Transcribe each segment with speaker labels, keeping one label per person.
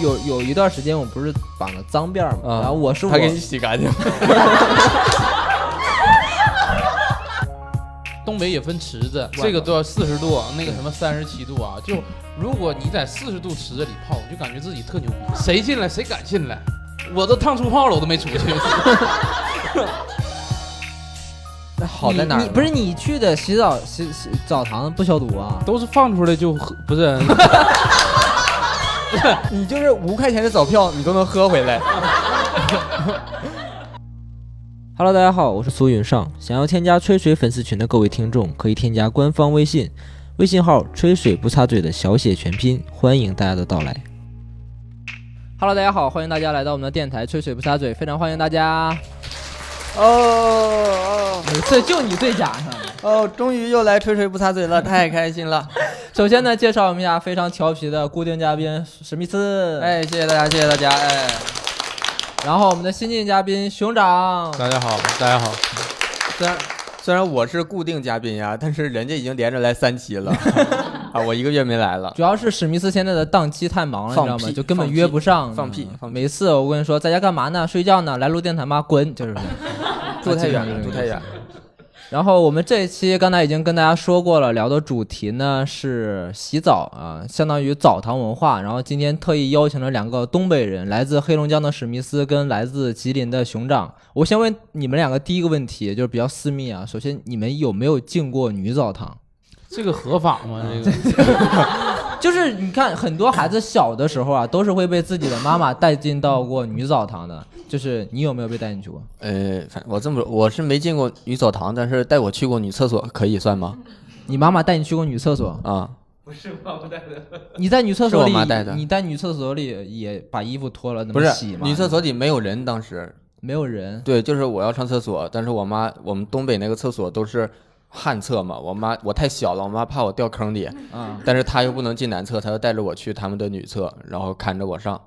Speaker 1: 有有一段时间我不是绑了脏辫儿嘛，
Speaker 2: 啊
Speaker 1: 然后我是我
Speaker 2: 他给你洗干净。
Speaker 3: 东北也分池子，这个都要四十度，啊那个什么三十七 度啊。就如果你在四十度池子里泡，你就感觉自己特牛逼，谁进来谁敢进来，我都烫出泡了，我都没出去。
Speaker 1: 那好在哪儿
Speaker 4: 你
Speaker 1: 呢？
Speaker 4: 你不是你去的洗澡洗洗澡堂不消毒啊？
Speaker 3: 都是放出来就喝 不是
Speaker 2: 你就是五块钱的澡票，你都能喝回来。
Speaker 4: Hello，大家好，我是苏云上。想要添加吹水粉丝群的各位听众，可以添加官方微信，微信号“吹水不擦嘴”的小写全拼，欢迎大家的到来。Hello，大家好，欢迎大家来到我们的电台“吹水不擦嘴”，非常欢迎大家。
Speaker 1: 哦
Speaker 4: 每次就你最假是吧？
Speaker 1: 哦哦，终于又来吹吹不擦嘴了，太开心 了！
Speaker 4: 首先呢，介绍我们一下非常调皮的固定嘉宾史密斯，，
Speaker 1: 哎，谢谢大家，谢谢大家，哎，
Speaker 4: 然后我们的新晋嘉宾熊掌，
Speaker 2: 大家好，大家好。
Speaker 1: 虽然
Speaker 2: 虽然我是固定嘉宾呀，但是人家已经连着来三期 了啊，我一个月没来了。
Speaker 4: 主要是史密斯现在的档期太忙了，你
Speaker 2: 放
Speaker 4: 知道吗？
Speaker 2: 屁
Speaker 4: 就根本
Speaker 2: 放屁
Speaker 4: 约不上。
Speaker 2: 放屁放屁
Speaker 4: 每次我跟你说，在家干嘛呢？睡觉呢？来录电台吗？滚！就是这样。
Speaker 2: 住太远
Speaker 4: 啊
Speaker 2: 了，住太远。了。
Speaker 4: 然后我们这一期刚才已经跟大家说过了，聊的主题呢是洗澡啊，相当于澡堂文化。然后今天特意邀请了两个东北人，来自黑龙江的史密斯跟来自吉林的熊掌。我先问你们两个第一个问题，就是比较私密啊。首先，你们有没有进过女澡堂？
Speaker 3: 这个合法吗？这个
Speaker 4: 就是你看，很多孩子小的时候啊，都是会被自己的妈妈带进到过女澡堂的。就是你有没有被带进去过？
Speaker 2: 呃，反我这么说，我是没进过女澡堂，但是带我去过女厕所，可以算吗？
Speaker 4: 你妈妈带你去过女厕所？
Speaker 2: 啊，
Speaker 4: 你在女厕所里
Speaker 2: 是我妈带的，
Speaker 4: 你在女厕所里也把衣服脱了，怎
Speaker 2: 不
Speaker 4: 么
Speaker 2: 是
Speaker 4: 洗嘛？
Speaker 2: 女厕所里没有人，当时
Speaker 4: 没有人，
Speaker 2: 对，就是我要上厕所，但是我妈，我们东北那个厕所都是旱厕嘛，我妈我太小了，我妈怕我掉坑里，
Speaker 4: 啊
Speaker 2: 但是她又不能进男厕，她就带着我去他们的女厕，然后看着我上，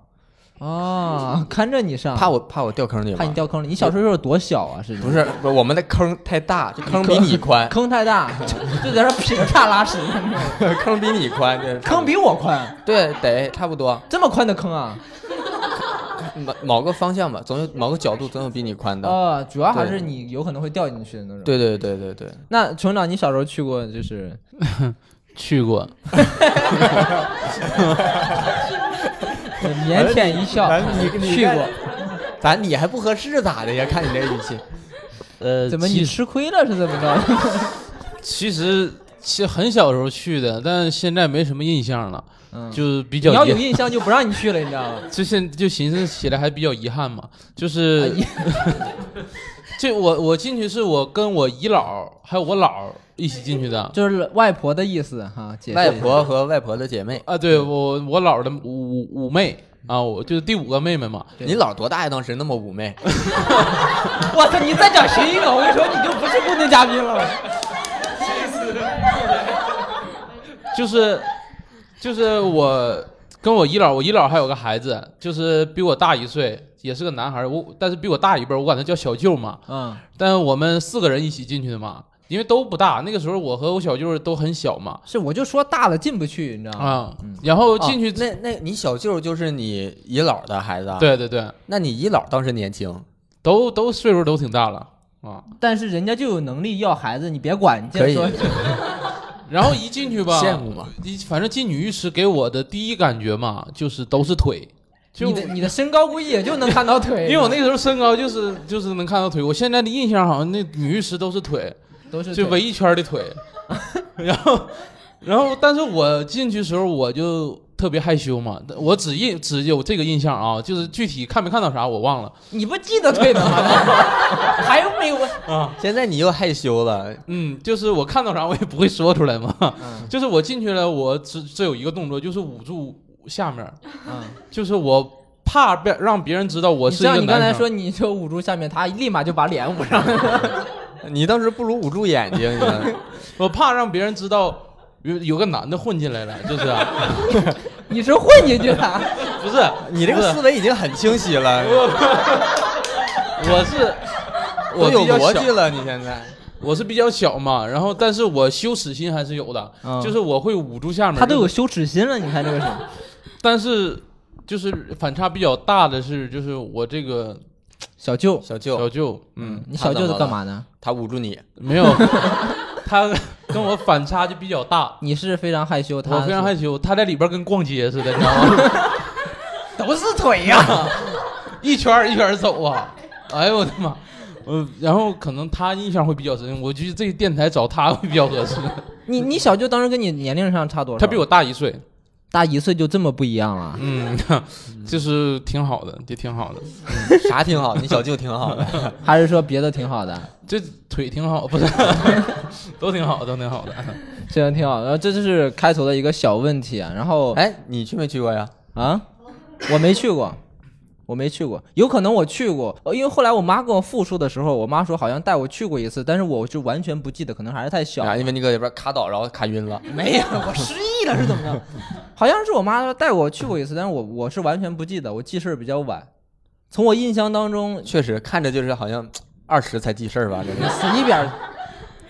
Speaker 4: 哦，看着你上，
Speaker 2: 怕我怕我掉坑里嘛，
Speaker 4: 怕你掉坑里。你小时候有多小啊？是
Speaker 2: 不是不是我们的坑太大，这坑比你宽，
Speaker 4: 坑太大，就就在那劈叉拉屎，
Speaker 2: 坑比你宽，对，
Speaker 4: 坑比我宽，
Speaker 2: 对得差不多，
Speaker 4: 这么宽的坑 啊！
Speaker 2: 某某个方向吧，总有某个角度总有比你宽的，
Speaker 4: 啊，主要还
Speaker 2: 对
Speaker 4: 是你有可能会掉进去的那种。，
Speaker 2: 对对对对对，
Speaker 4: 那酋长，你小时候去过就是
Speaker 3: 去过，
Speaker 4: 腼腆一笑，去过，
Speaker 2: 咱你还不合适咋的呀？看你这语气，
Speaker 3: 呃，
Speaker 4: 怎么
Speaker 3: 其
Speaker 4: 你吃亏了是怎么着？
Speaker 3: 其实其实很小时候去的，但现在没什么印象了，
Speaker 4: 嗯
Speaker 3: 就比
Speaker 4: 你
Speaker 3: 较
Speaker 4: 要有
Speaker 3: 遗
Speaker 4: 印象就不让你去了，你知道吗？
Speaker 3: 就现就寻思起来还比较遗憾嘛，就是， 这我我进去是我跟我姨姥还有我姥一起进去的
Speaker 4: 就是外婆的意思哈，解释一
Speaker 2: 外
Speaker 4: 下
Speaker 2: 婆 和外婆的姐妹，
Speaker 3: 啊，对我我姥的五五五妹啊，我就是第五个妹妹嘛，
Speaker 2: 你姥多大呀？当时那么妩媚，
Speaker 4: 我操！你再讲谐音梗，啊我跟你说，你就不是固定嘉宾了。
Speaker 3: 就是就是我跟我姨姥，我姨姥还有个孩子，就是比我大一岁，也是个男孩儿，我但是比我大一辈儿，我管他叫小舅嘛，
Speaker 4: 嗯，
Speaker 3: 但我们四个人一起进去的嘛，因为都不大，那个时候我和我小舅都很小嘛。
Speaker 4: 是，我就说大了进不去，你知道吗？
Speaker 3: 啊，然后进去
Speaker 2: 哦那那你小舅就是你姨姥的孩子啊？，
Speaker 3: 对对对，
Speaker 2: 那你姨姥当时年轻，
Speaker 3: 都都岁数都挺大了啊。
Speaker 4: 但是人家就有能力要孩子，你别管，你接
Speaker 2: 可
Speaker 4: 着
Speaker 2: 以
Speaker 4: 说。
Speaker 3: 然后一进去吧，
Speaker 2: 羡慕嘛。
Speaker 3: 一反正进女浴室给我的第一感觉嘛，就是都是腿，就
Speaker 4: 你的你的身高估计也就能看到腿，
Speaker 3: 因为我那时候身高就是就是能看到腿，我现在的印象好像那女浴室都是腿，
Speaker 4: 都是
Speaker 3: 就
Speaker 4: 腿
Speaker 3: 围一圈的腿。然后然后，但是我进去时候我就特别害羞嘛，我只印只有这个印象啊，就是具体看没看到啥我忘了。
Speaker 4: 你不记得腿呢吗？还有没有？
Speaker 2: 现在你又害羞了，
Speaker 3: 嗯，就是我看到啥我也不会说出来嘛。 就是我进去了，我只只有一个动作，就是捂住下面儿，
Speaker 4: 嗯，
Speaker 3: 就是我怕别让别人知道我
Speaker 4: 你
Speaker 3: 是
Speaker 4: 知
Speaker 3: 一
Speaker 4: 道
Speaker 3: 个
Speaker 4: 你刚才
Speaker 3: 男
Speaker 4: 说
Speaker 3: 生。
Speaker 4: 你就捂住下面，他立马就把脸捂上了。
Speaker 2: 你当时不如捂住眼睛，你看
Speaker 3: 我怕让别人知道有有个男的混进来了，就是、啊，
Speaker 4: 你是混进去的，
Speaker 3: 不是
Speaker 2: 你这
Speaker 3: 不
Speaker 2: 个
Speaker 3: 是
Speaker 2: 思维已经很清晰了，
Speaker 3: 我是
Speaker 2: 都
Speaker 3: 我
Speaker 2: 有
Speaker 3: 比较
Speaker 2: 逻
Speaker 3: 小
Speaker 2: 辑了。你现在
Speaker 3: 我是比较小嘛，然后但是我羞耻心还是有的，
Speaker 4: 嗯
Speaker 3: 就是我会捂住下面儿，
Speaker 4: 他都有羞耻心了，你看这个是。
Speaker 3: 但是就是反差比较大的是，就是我这个
Speaker 4: 小舅，
Speaker 2: 小
Speaker 3: 小
Speaker 2: 舅，
Speaker 3: 舅，
Speaker 2: 嗯，
Speaker 4: 你
Speaker 2: 他
Speaker 4: 小舅
Speaker 2: 怎
Speaker 4: 子
Speaker 2: 么
Speaker 4: 干
Speaker 2: 了？
Speaker 4: 嘛呢？
Speaker 2: 他捂住你，
Speaker 3: 没有， 他跟我反差就比较大，
Speaker 4: 你是非常害羞，他
Speaker 3: 我非常
Speaker 4: 是
Speaker 3: 害羞，他在里边跟逛街似的，你知道 吗？
Speaker 4: 都是腿呀、
Speaker 3: 一圈儿一圈儿走啊， 哎呦我的妈！呃，然后可能他印象会比较深，我觉得这个电台找他会比较合适。
Speaker 4: 你你小舅当时跟你年龄上差多少？
Speaker 3: 他比我大一岁，
Speaker 4: 大一岁就这么不一样了。
Speaker 3: 嗯， 就是挺好的，也挺好的，
Speaker 2: 啥挺好，你小舅挺好 的。
Speaker 4: 还是说别的挺好 的，
Speaker 3: 这腿挺好， 不是，都挺好，都挺 好的。
Speaker 4: 这人挺好。然后这就是开头的一个小问题啊。然后
Speaker 2: 哎，你去没去过呀？
Speaker 4: 啊，我没去过，我没去过，有可能我去过，呃因为后来我妈跟我复述的时候，我妈说好像带我去过一次，但是我就完全不记得，可能还是太小。
Speaker 2: 啊，因为你搁里边卡倒，然后卡晕 了。
Speaker 4: 没有，我失忆了是怎么着？好像是我妈带我去过一次，但是我我是完全不记得，我记事儿比较晚。从我印象当中，
Speaker 2: 确实，看着就是好像二十才记事儿吧，这
Speaker 4: 你
Speaker 2: 个。
Speaker 4: 死一边儿。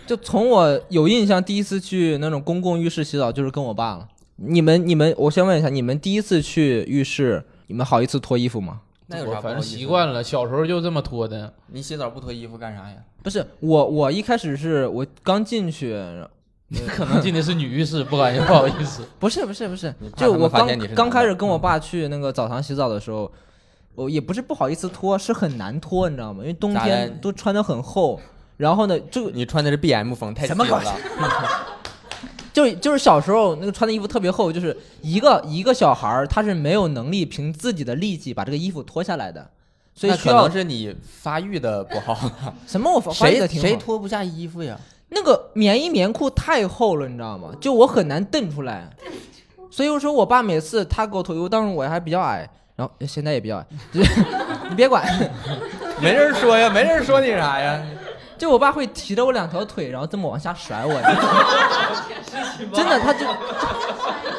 Speaker 4: 就从我有印象，第一次去那种公共浴室洗澡就是跟我爸了。你们你们，我先问一下，你们第一次去浴室，你们好意思脱衣服吗？
Speaker 2: 那有
Speaker 3: 我
Speaker 2: 啥不好意思的
Speaker 3: 反正习惯了，小时候就这么脱的。
Speaker 2: 你洗澡不脱衣服干啥呀？
Speaker 4: 不是我，我一开始是我刚进去，
Speaker 3: 可能进的是女浴室，不敢不好意思。
Speaker 4: 不是不是不是
Speaker 2: 你，怕
Speaker 4: 就
Speaker 2: 他们
Speaker 4: 我
Speaker 2: 发
Speaker 4: 刚
Speaker 2: 现你是男
Speaker 4: 刚开
Speaker 2: 的嗯
Speaker 4: 始跟我爸去那个澡堂洗澡的时候，我也不是不好意思脱，是很难脱，你知道吗？因为冬
Speaker 2: 咋的
Speaker 4: 天都穿得很厚，然后呢，就
Speaker 2: 你穿的是 B M 风，太
Speaker 4: 什么
Speaker 2: 紧了
Speaker 4: 狗。就就是小时候那个穿的衣服特别厚，就是一个一个小孩儿他是没有能力凭自己的力气把这个衣服脱下来的，所以
Speaker 2: 那
Speaker 4: 需
Speaker 2: 可
Speaker 4: 要
Speaker 2: 能是你发育的不好。
Speaker 4: 什么我发发育的挺好
Speaker 2: 脱不下衣服呀？
Speaker 4: 那个棉衣棉裤太厚了，你知道吗？就我很难蹬出来，所以我说我爸每次他给我脱衣服，当时我还比较矮，然后呃现在也比较矮， 就是你别管，
Speaker 2: 没人说呀，没人说你啥呀？
Speaker 4: 就我爸会提着我两条腿，然后这么往下甩 我，你知道吗真的他就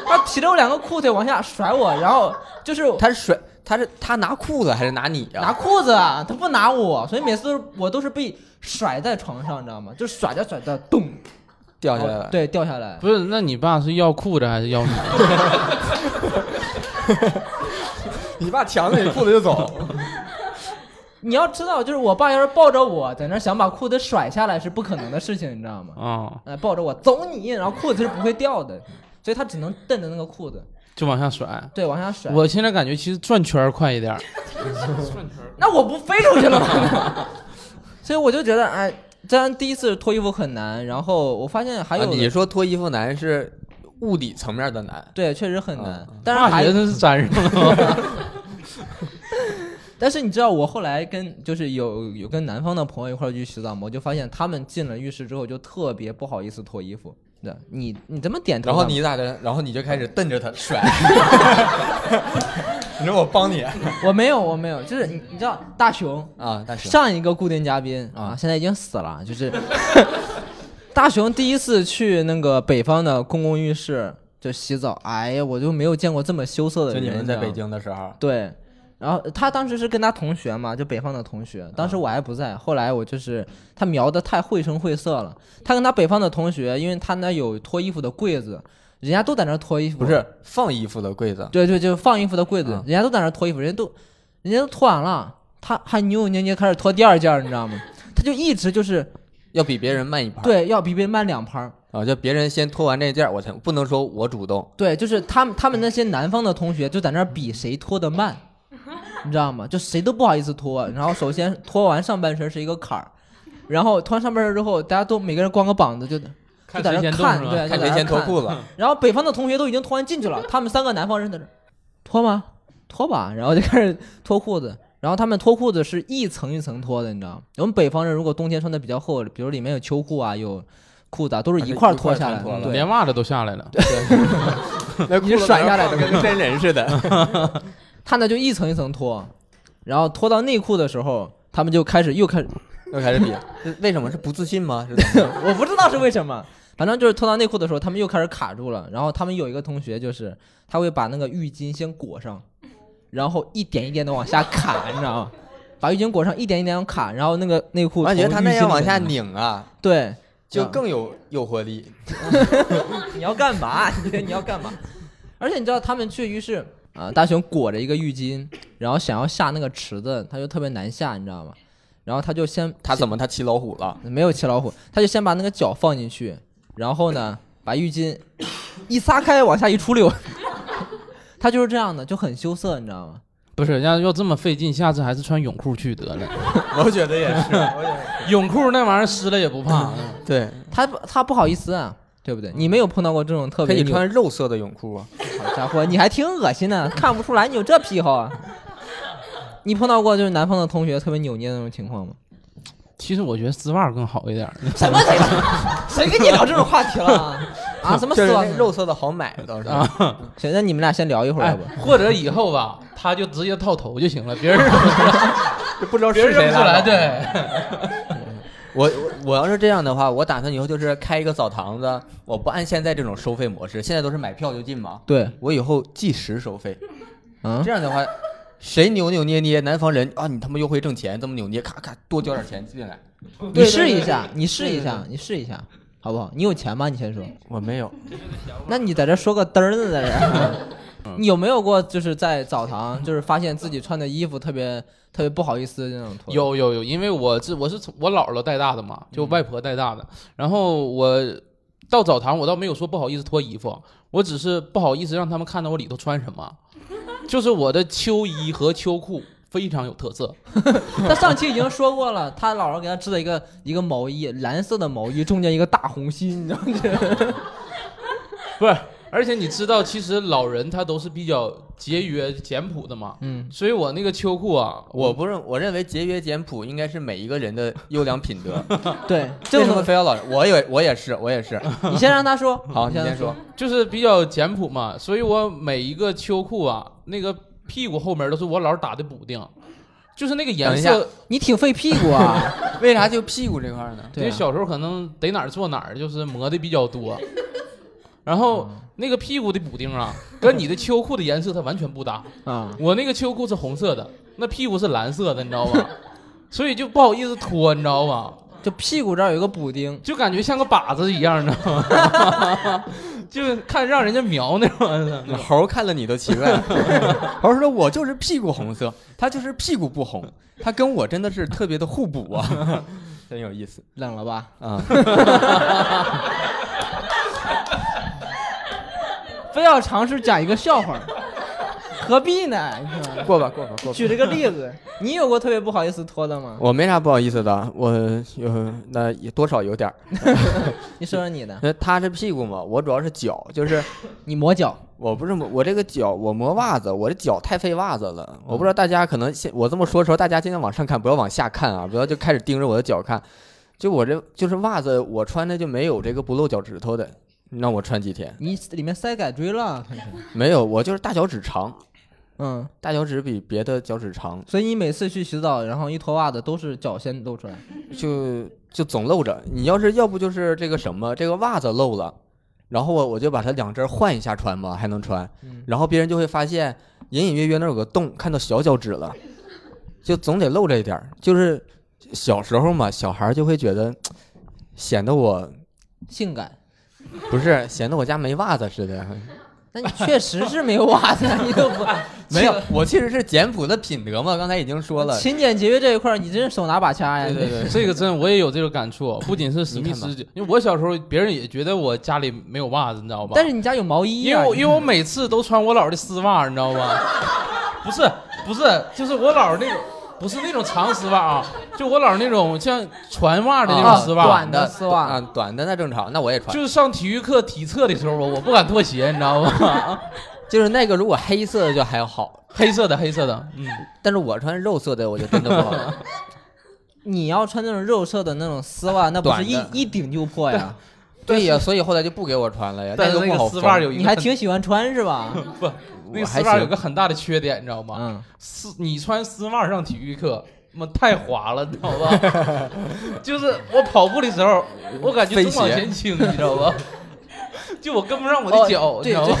Speaker 4: 他提着我两个裤腿往下甩我，然后就是
Speaker 2: 他是甩，他是他拿裤子还是拿你哎呀、
Speaker 4: 拿裤子啊，他不拿我，所以每次都是我都是被甩在床上，你知道吗？就甩着甩着，咚
Speaker 2: 掉下来了。
Speaker 4: 对，掉下来。
Speaker 3: 不是，那你爸是要裤子还是要你？
Speaker 2: 你爸抢着你裤子就走。
Speaker 4: 你要知道，就是我爸要是抱着我在那儿想把裤子甩下来是不可能的事情，你知道吗？
Speaker 2: 哦
Speaker 3: 啊，
Speaker 4: 哎，抱着我走你，然后裤子是不会掉的，所以他只能蹬着那个裤子，
Speaker 3: 就往下甩。
Speaker 4: 对，往下甩。
Speaker 3: 我现在感觉其实转圈儿快一点儿。
Speaker 4: 那我不飞出去了吗？ 所以我就觉得，哎，虽然第一次脱衣服很难，然后我发现还有
Speaker 2: 啊
Speaker 4: 的、
Speaker 2: 你说脱衣服难是物理层面的难，
Speaker 4: 对，确实很难
Speaker 2: 啊，
Speaker 4: 但是
Speaker 3: 大
Speaker 4: 还
Speaker 3: 学
Speaker 4: 有
Speaker 3: 真是沾上了。
Speaker 4: 但是你知道，我后来跟就是有有跟南方的朋友一块儿去洗澡嘛，我就发现他们进了浴室之后就特别不好意思脱衣服。对，你你怎么点头
Speaker 2: 然
Speaker 4: 干嘛？
Speaker 2: 后你咋的？然后你就开始瞪着他 甩。你说我帮 你
Speaker 4: 我没有我没有，就是你你知道大熊
Speaker 2: 啊，但是
Speaker 4: 上一个固定嘉宾啊，现在已经死了，就是 大熊第一次去那个北方的公共浴室就洗澡，哎呀，我就没有见过这么羞涩的
Speaker 2: 就
Speaker 4: 人。
Speaker 2: 你们
Speaker 4: 知
Speaker 2: 在
Speaker 4: 道吗
Speaker 2: 北京的时候，
Speaker 4: 对，然后他当时是跟他同学嘛，就北方的同
Speaker 2: 啊
Speaker 4: 学，当时我还不在。后来我就是他描的太绘声绘色了，他跟他北方的同学，因为他那有脱衣服的柜子，人家都在那儿脱衣服，
Speaker 2: 不是放衣服的柜子，
Speaker 4: 对对，就放衣服的柜子，
Speaker 2: 嗯
Speaker 4: 人家都在那儿脱衣服，人家都人家都脱完了，他还扭扭捏捏开始脱第二件儿，你知道吗？ 他就一直就是
Speaker 2: 要比别人慢一拍。
Speaker 4: 对，要比别人慢两拍儿。
Speaker 2: 啊，就别人先脱完这件儿，我才不能说我主动。
Speaker 4: 对，就是他们他们那些南方的同学就在那儿比谁脱得慢，你知道吗？就谁都不好意思脱。然后首先脱完上半身是一个坎儿，然后脱完上半身之后，大家都每个人光个膀子就就
Speaker 3: 看
Speaker 4: 在
Speaker 3: 谁
Speaker 4: 那儿
Speaker 3: 先动是
Speaker 4: 看，
Speaker 3: 吧
Speaker 4: 对，就
Speaker 2: 看
Speaker 4: 在
Speaker 2: 谁
Speaker 4: 那儿
Speaker 2: 先脱
Speaker 4: 看
Speaker 2: 裤子，
Speaker 4: 然后北方的同学都已经脱完进去了，他们三个南方人在这儿脱吗？脱吧，然后就开始脱裤子。然后他们脱裤子是一层一层脱的，你知道吗？我们北方人如果冬天穿的比较厚，比如里面有秋裤啊，有裤子啊，都是一块儿脱下来
Speaker 2: 一块
Speaker 4: 的。
Speaker 2: 儿全脱了
Speaker 4: 对
Speaker 3: 连，袜子都下来了。
Speaker 2: 那
Speaker 4: 你甩下来的
Speaker 2: 跟真人似 的。
Speaker 4: 他呢就一层一层脱，然后脱到内裤的时候，他们就开始又开始，
Speaker 2: 又开始比，是为什么是不自信吗？是 怎么 着
Speaker 4: 我不知道是为什么，反正就是脱到内裤的时候，他们又开始卡住了。然后他们有一个同学就是他会把那个浴巾先裹上，然后一点一点的往下卡，你知 道吗？把浴巾裹上，一点一点地卡，然后那个内裤
Speaker 2: 我感觉
Speaker 4: 从
Speaker 2: 他
Speaker 4: 浴
Speaker 2: 那
Speaker 4: 巾
Speaker 2: 样
Speaker 4: 里
Speaker 2: 往下
Speaker 4: 面，
Speaker 2: 拧啊，
Speaker 4: 对，
Speaker 2: 就 更有诱惑力。
Speaker 4: 你要干嘛？你你要干嘛？而且你知道他们去浴室，啊，大熊裹着一个浴巾，然后想要下那个池子，他就特别难下，你知道吗？然后他就先
Speaker 2: 他怎么他骑老虎了？
Speaker 4: 没有骑老虎，他就先把那个脚放进去，然后呢，把浴巾一撒开往下一出溜， 他就是这样的，就很羞涩，你知道吗？
Speaker 3: 不是，要要这么费劲，下次还是穿泳裤去得了。
Speaker 2: 我觉得也是，
Speaker 3: 泳裤那玩意儿湿了也不怕。嗯
Speaker 2: 对，
Speaker 4: 他不他不好意思啊，对不对？你没有碰到过这种特
Speaker 2: 可
Speaker 4: 别
Speaker 2: 以
Speaker 4: 扭
Speaker 2: 穿肉色的泳裤啊。
Speaker 4: 好家伙，你还挺恶心的，看不出来你有这癖好啊！你碰到过就是南方的同学特别扭捏的那种情况吗？
Speaker 3: 其实我觉得丝袜更好一点儿。
Speaker 4: 什么谁 谁跟你聊这种话题了啊？啊，什么啊
Speaker 2: 就是
Speaker 4: 丝袜
Speaker 2: 那？肉色的 好买倒是。
Speaker 4: 行，那你们俩先聊一会儿，
Speaker 3: 哎
Speaker 4: 要不？，
Speaker 3: 或者以后吧，他就直接套头就行了， 别人认不出
Speaker 2: 就不知道
Speaker 3: 别
Speaker 2: 是
Speaker 3: 人认
Speaker 2: 谁
Speaker 3: 不出
Speaker 2: 来
Speaker 3: 来。
Speaker 2: 的。
Speaker 3: 对，
Speaker 2: 我我我要是这样的话，我打算以后就是开一个澡堂子， 我不按现在这种收费模式，现在都是买票就进嘛。
Speaker 4: 对，
Speaker 2: 我以后计时收费，
Speaker 4: 嗯
Speaker 2: 这，样的话，谁扭扭捏捏，南方人啊，你他妈又会挣钱，这么扭捏，咔咔多交点钱进来。
Speaker 4: 你试一下，你试一下，你试一下，好不好？你有钱吗？你先说。
Speaker 2: 我没有，
Speaker 4: 那你在这说个嘚儿呢，在这儿。 你有没有过就是在澡堂，就是发现自己穿的衣服特别特别不好意思的那种脱？，
Speaker 3: 有有有，因为我是我是从我姥姥带大的嘛，就
Speaker 2: 嗯
Speaker 3: 外婆带大的。然后我到澡堂，我倒没有说不好意思脱衣服，我只是不好意思让他们看到我里头穿什么，就是我的秋衣和秋裤非常有特色。
Speaker 4: 他上期已经说过了，他姥姥给他织了一个一个毛衣，蓝色的毛衣，中间一个大红心，你知道吗？
Speaker 3: 不是，而且你知道，其实老人他都是比较节约简朴的嘛，
Speaker 4: 嗯，
Speaker 3: 所以我那个秋裤啊，
Speaker 2: 我不认，我认为节约简朴应该是每一个人的优良品 德。
Speaker 4: 对，
Speaker 2: 为
Speaker 4: 这
Speaker 2: 什么
Speaker 4: 种
Speaker 2: 非要老？我也我也是，我也是。
Speaker 4: 你先让他说，
Speaker 2: 好，
Speaker 4: 嗯你
Speaker 2: 你
Speaker 4: 先
Speaker 2: 先说。。
Speaker 3: 就是比较简朴嘛，所以我每一个秋裤啊，那个屁股后面都是我老打的补丁，就是那个颜
Speaker 2: 等一
Speaker 3: 色，
Speaker 4: 你挺费屁股 啊，
Speaker 2: 为啥就屁股这块呢？
Speaker 3: 因
Speaker 4: 对
Speaker 3: 为
Speaker 4: 啊
Speaker 3: 小时候可能逮哪儿做哪儿，就是磨的比较多， 然后那个屁股的补丁啊，跟你的秋裤的颜色它完全不搭，
Speaker 4: 啊，
Speaker 3: 我那个秋裤是红色的，那屁股是蓝色的，你知道吧？所以就不好意思脱，你知道吧？
Speaker 4: 就屁股这儿有一个补丁，
Speaker 3: 就感觉像个靶子一样，你知道吗？ 就是看让人家瞄那种。
Speaker 2: 猴儿看了你都奇怪，猴儿说：“我就是屁股红色，他就是屁股不红，他跟我真的是特别的互补 啊，真有意思
Speaker 4: 冷了吧？
Speaker 2: 啊、
Speaker 4: 非要尝试讲一个笑话，何必呢？你看吧
Speaker 2: 过吧，过吧，过吧。
Speaker 4: 举了个例子，你有过特别不好意思脱的吗？
Speaker 2: 我没啥不好意思的，我有、那也多少有点儿。
Speaker 4: 你说说你的，
Speaker 2: 那他是屁股嘛，我主要是脚，就是
Speaker 4: 你磨脚，
Speaker 2: 我不是磨我这个脚，我磨袜子，我这脚太费袜子了。我不知道大家可能现我这么说的时候，大家尽量往上看，不要往下看啊，不要就开始盯着我的脚看。就我这就是袜子，我穿的就没有这个不露脚趾头的，你让我穿几天？
Speaker 4: 你里面塞改锥了，可是
Speaker 2: 没有，我就是大脚趾长，
Speaker 4: 嗯，
Speaker 2: 大脚趾比别的脚趾长，
Speaker 4: 所以你每次去洗澡，然后一脱袜子都是脚先露出来，
Speaker 2: 就就总露着。你要是要不就是这个什么，这个袜子漏了，然后我我就把它两针换一下穿嘛，还能穿
Speaker 4: 嗯。
Speaker 2: 然后别人就会发现隐隐约约那儿有个洞，看到小脚趾了，就总得露着一点儿。就是小时候嘛，小孩儿就会觉得显得我
Speaker 4: 性感。
Speaker 2: 不是显得我家没袜子似的。
Speaker 4: 那你确实是没有袜子，啊你都不
Speaker 2: 没有，我其实是简朴的品德嘛，刚才已经 说了。
Speaker 4: 勤俭节约这一块儿，你真是手拿把掐呀！
Speaker 2: 对对对，
Speaker 3: 这个真我也有这个感触，不仅是史密斯，因为我小时候别人也觉得我家里没有袜子，你知道吧？
Speaker 4: 但是你家有毛衣
Speaker 3: 因为
Speaker 4: 啊，
Speaker 3: 我因为我每次都穿我姥儿的丝袜，你知道吧？不是不是，就是我姥儿那种，不是那种长丝袜啊，就我姥儿那种像船袜的那
Speaker 4: 啊
Speaker 3: 种丝袜，嗯
Speaker 4: 短的丝袜
Speaker 2: 啊，短的那正常，那我也穿。
Speaker 3: 就是上体育课体测的时候，我我不敢脱鞋，你知道吧？
Speaker 2: 就是那个如果黑色的就还好，
Speaker 3: 黑色的黑色的，嗯。
Speaker 2: 但是我穿肉色的我就真的 不好。
Speaker 4: 你要穿那种肉色的那种丝袜，那不是
Speaker 2: 短
Speaker 4: 一
Speaker 2: 的
Speaker 4: 一顶就破呀？
Speaker 2: 对呀，所以后来就不给我穿了呀。
Speaker 3: 但是
Speaker 2: 个
Speaker 3: 那
Speaker 2: 不
Speaker 3: 个
Speaker 2: 好
Speaker 3: 丝袜
Speaker 2: 缝
Speaker 3: 有一个
Speaker 4: 你还
Speaker 3: 很
Speaker 4: 挺喜欢穿是 吧？
Speaker 3: 不，那
Speaker 2: 我
Speaker 3: 个
Speaker 2: 还
Speaker 3: 丝袜
Speaker 2: 行
Speaker 3: 有个很大的缺点，你知道吗？
Speaker 4: 嗯，
Speaker 3: 丝、你穿丝袜上体育课，妈太滑了，你知道吧？就是我跑步的时候，我感觉
Speaker 2: 飞
Speaker 3: 中往
Speaker 2: 鞋
Speaker 3: 前倾，你知道 吧？就我跟不上我的脚，
Speaker 4: 哦
Speaker 3: 你知道吧？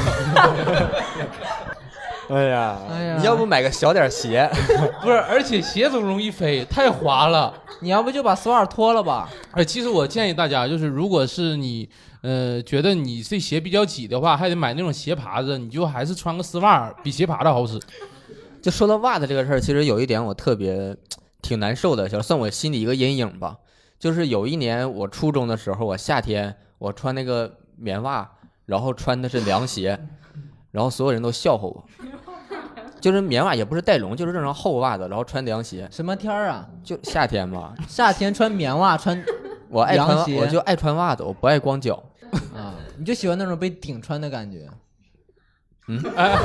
Speaker 2: 哎呀，
Speaker 4: 哎呀，
Speaker 2: 你要不买个小点鞋？
Speaker 3: 不是，而且鞋总容易飞，太滑了。
Speaker 4: 你要不就把索尔脱了吧？
Speaker 3: 哎，其实我建议大家，就是如果是你，呃，觉得你这鞋比较挤的话，还得买那种鞋耙子，你就还是穿个丝袜儿，比鞋耙子好使。
Speaker 2: 就说到袜子这个事儿，其实有一点我特别挺难受的，小算我心里一个阴影吧。就是有一年我初中的时候，我夏天我穿那个棉袜，然后穿的是凉鞋，然后所有人都笑话我。就是棉袜也不是带绒，就是正常厚袜子，然后穿凉鞋，
Speaker 4: 什么天儿啊？
Speaker 2: 就夏天嘛，
Speaker 4: 夏天穿棉袜穿
Speaker 2: 我爱穿
Speaker 4: 凉鞋
Speaker 2: 我就爱穿袜子，我不爱光脚。
Speaker 4: 啊，你就喜欢那种被顶穿的感觉。
Speaker 3: 哎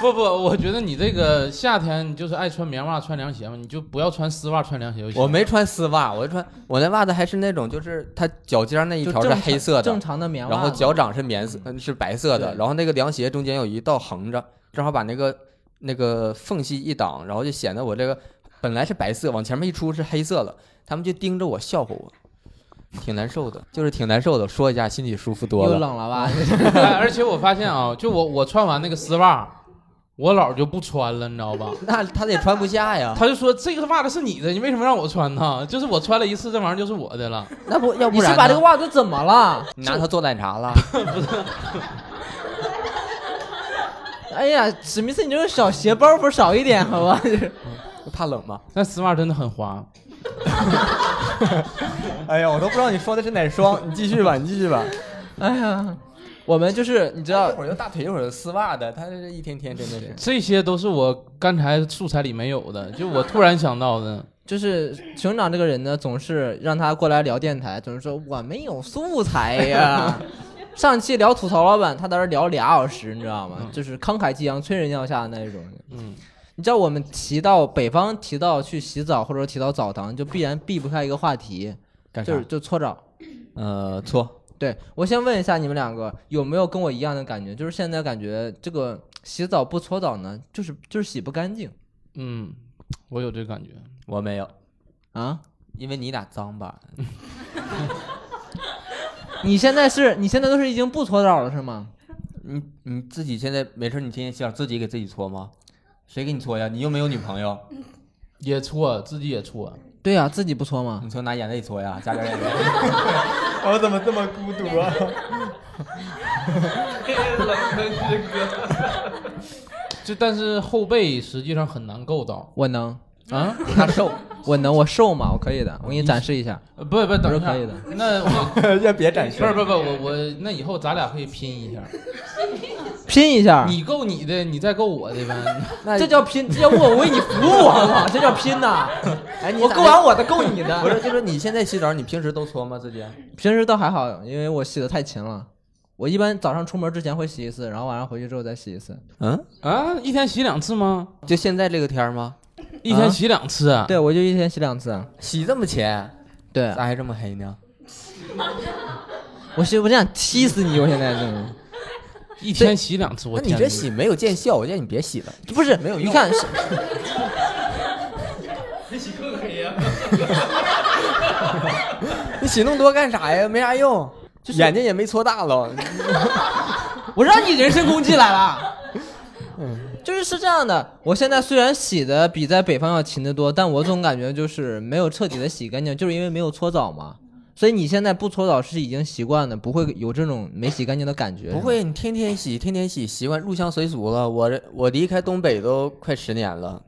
Speaker 3: 不不，我觉得你这个夏天你就是爱穿棉袜、穿凉鞋嘛，你就不要穿丝袜、穿凉鞋就行。
Speaker 2: 我没穿丝袜，我就穿我那袜子还是那种，就是它脚尖儿那一
Speaker 4: 就
Speaker 2: 条
Speaker 4: 正
Speaker 2: 是
Speaker 4: 常
Speaker 2: 黑色的
Speaker 4: 正，常的棉袜嘛，
Speaker 2: 然后脚掌是棉色，嗯是白色的，
Speaker 4: 对
Speaker 2: 然后那个凉鞋中间有一道横着，正好把那个那个缝隙一挡，然后就显得我这个本来是白色，往前面一出是黑色了。他们就盯着我笑话我，挺难受的，就是挺难受的。说一下心里舒服多
Speaker 4: 又
Speaker 2: 了。
Speaker 4: 冷了吧？
Speaker 3: 哎而且我发现啊，就我我穿完那个丝袜，我姥儿就不穿了，你知道吧？
Speaker 2: 那他得穿不下 呀，
Speaker 3: 他就说这个袜子是你的，你为什么让我穿呢？就是我穿了一次，这玩意儿就是我的了。
Speaker 2: 那不要
Speaker 4: 你
Speaker 2: 不
Speaker 4: 是
Speaker 2: 然
Speaker 4: 把这
Speaker 2: 呢
Speaker 4: 个袜子怎么了？
Speaker 2: 你拿它做奶茶了？
Speaker 4: 哎呀，史密斯，你这个小鞋包袱少一点，好吧？
Speaker 2: 怕冷吗？
Speaker 3: 但丝袜真的很滑，
Speaker 2: 哎呀，我都不知道你说的是哪双，你继续吧，你继续吧。
Speaker 4: 哎呀，我们就是你知道
Speaker 2: 一，会儿就大腿，一会儿就丝袜的，他这一天天真的是。
Speaker 3: 这些都是我刚才素材里没有 的，就我突然想到的。
Speaker 4: 就是熊掌这个人呢，总是让他过来聊电台，总是说我没有素材 呀。上期聊吐槽老板，他在这聊俩小时，你知道吗？就是慷慨激昂、催人尿下的那一种。
Speaker 3: 嗯，
Speaker 4: 你知道我们提到北方提到去洗澡或者提到澡堂，就必然避不开一个话题，
Speaker 2: 干啥
Speaker 4: 就是？就搓澡。
Speaker 2: 呃，搓。
Speaker 4: 对我先问一下你们两个有没有跟我一样的感觉？就是现在感觉这个洗澡不搓澡呢，就是就是洗不干净
Speaker 3: 嗯，我有这感觉。
Speaker 2: 我没有，
Speaker 4: 啊！
Speaker 2: 因为你俩脏吧。
Speaker 4: 你现在是你现在都是已经不搓澡了是吗？
Speaker 2: 你你自己现在没事儿，你天天洗澡自己给自己搓吗？谁给你搓呀？你又没有女朋友，
Speaker 3: 也错，自己也 错。
Speaker 4: 对呀、自己不搓吗？
Speaker 2: 你搓拿眼泪搓呀，加点眼泪。 我怎么这么孤独啊？
Speaker 3: 就但是后背实际上很难够到
Speaker 4: 我能
Speaker 3: 啊，
Speaker 2: 他瘦，
Speaker 4: 我能我瘦吗？我可以的，我给你展示一下。
Speaker 3: 呃不不，等一
Speaker 4: 不是
Speaker 3: 下
Speaker 4: 可以的。
Speaker 3: 那 我
Speaker 2: 先别展
Speaker 3: 不是不是不是，我我那以后咱俩可以拼一下，
Speaker 4: 拼一下，
Speaker 3: 你够你的，你再够我的呗。
Speaker 4: 这叫拼，这叫我为你服务好不好？这叫拼呐、
Speaker 2: 哎，你
Speaker 4: 我
Speaker 2: 咋
Speaker 4: 够完我的，够你
Speaker 2: 不
Speaker 4: 的。
Speaker 2: 是，就是你现在洗澡，你平时都搓吗？自己？
Speaker 4: 平时倒还好，因为我洗的太勤了。我一般早上出门之前会洗一次，然后晚上回去之后再洗一次。
Speaker 2: 嗯，
Speaker 3: 啊，一天洗两次吗？
Speaker 2: 就现在这个天儿吗？
Speaker 3: 一天洗两次？啊、
Speaker 4: 对，我就一天洗两次。啊
Speaker 2: 洗这么浅，
Speaker 4: 对，
Speaker 2: 咋还这么黑呢？
Speaker 4: 我现我真想踢死你！我现在真的
Speaker 3: 一天洗两次，我
Speaker 2: 那
Speaker 3: 天
Speaker 2: 你
Speaker 3: 哪！
Speaker 2: 这洗没有见效，我建议你别洗了。
Speaker 4: 不是
Speaker 2: 没有
Speaker 4: 你
Speaker 2: 用
Speaker 4: 看，是
Speaker 2: 你洗那么多干啥呀？没啥用，眼睛也没搓大了。
Speaker 4: 我让你人身攻击来了。就是是这样的，我现在虽然洗的比在北方要勤得多，但我总感觉就是没有彻底的洗干净，就是因为没有搓澡嘛。所以你现在不搓澡是已经习惯了，不会有这种没洗干净的感觉。
Speaker 2: 不，会，你天天洗，天天洗，习惯入乡随俗了。我这我离开东北都快十年了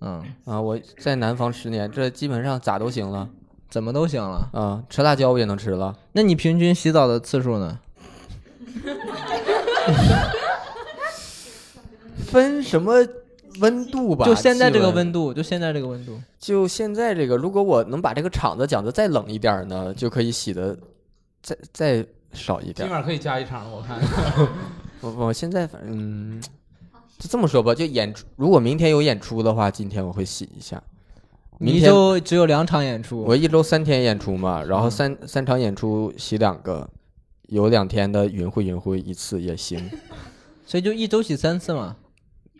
Speaker 4: 嗯，
Speaker 2: 啊！我在南方十年，这基本上咋都行了
Speaker 4: 怎么都行了。
Speaker 2: 啊！吃辣椒我也能吃了。
Speaker 4: 那你平均洗澡的次数呢？
Speaker 2: 分什么温度吧？
Speaker 4: 就现在这个
Speaker 2: 气
Speaker 4: 温度，就现在这个温度，
Speaker 2: 就现在这个，如果我能把这个场子讲的再冷一点儿呢，就可以洗的再再少一
Speaker 3: 今
Speaker 2: 点儿。
Speaker 3: 晚可以加一场，我看。
Speaker 2: 我我现在反正嗯，就这么说吧，就演出，如果明天有演出的话，今天我会洗一下。明
Speaker 4: 你
Speaker 2: 天
Speaker 4: 就只有两场演出。
Speaker 2: 我一周三天演出嘛，然后三、
Speaker 4: 嗯
Speaker 2: 三场演出洗两个，有两天的云会云会一次 也行，
Speaker 4: 所以就一周洗三次嘛，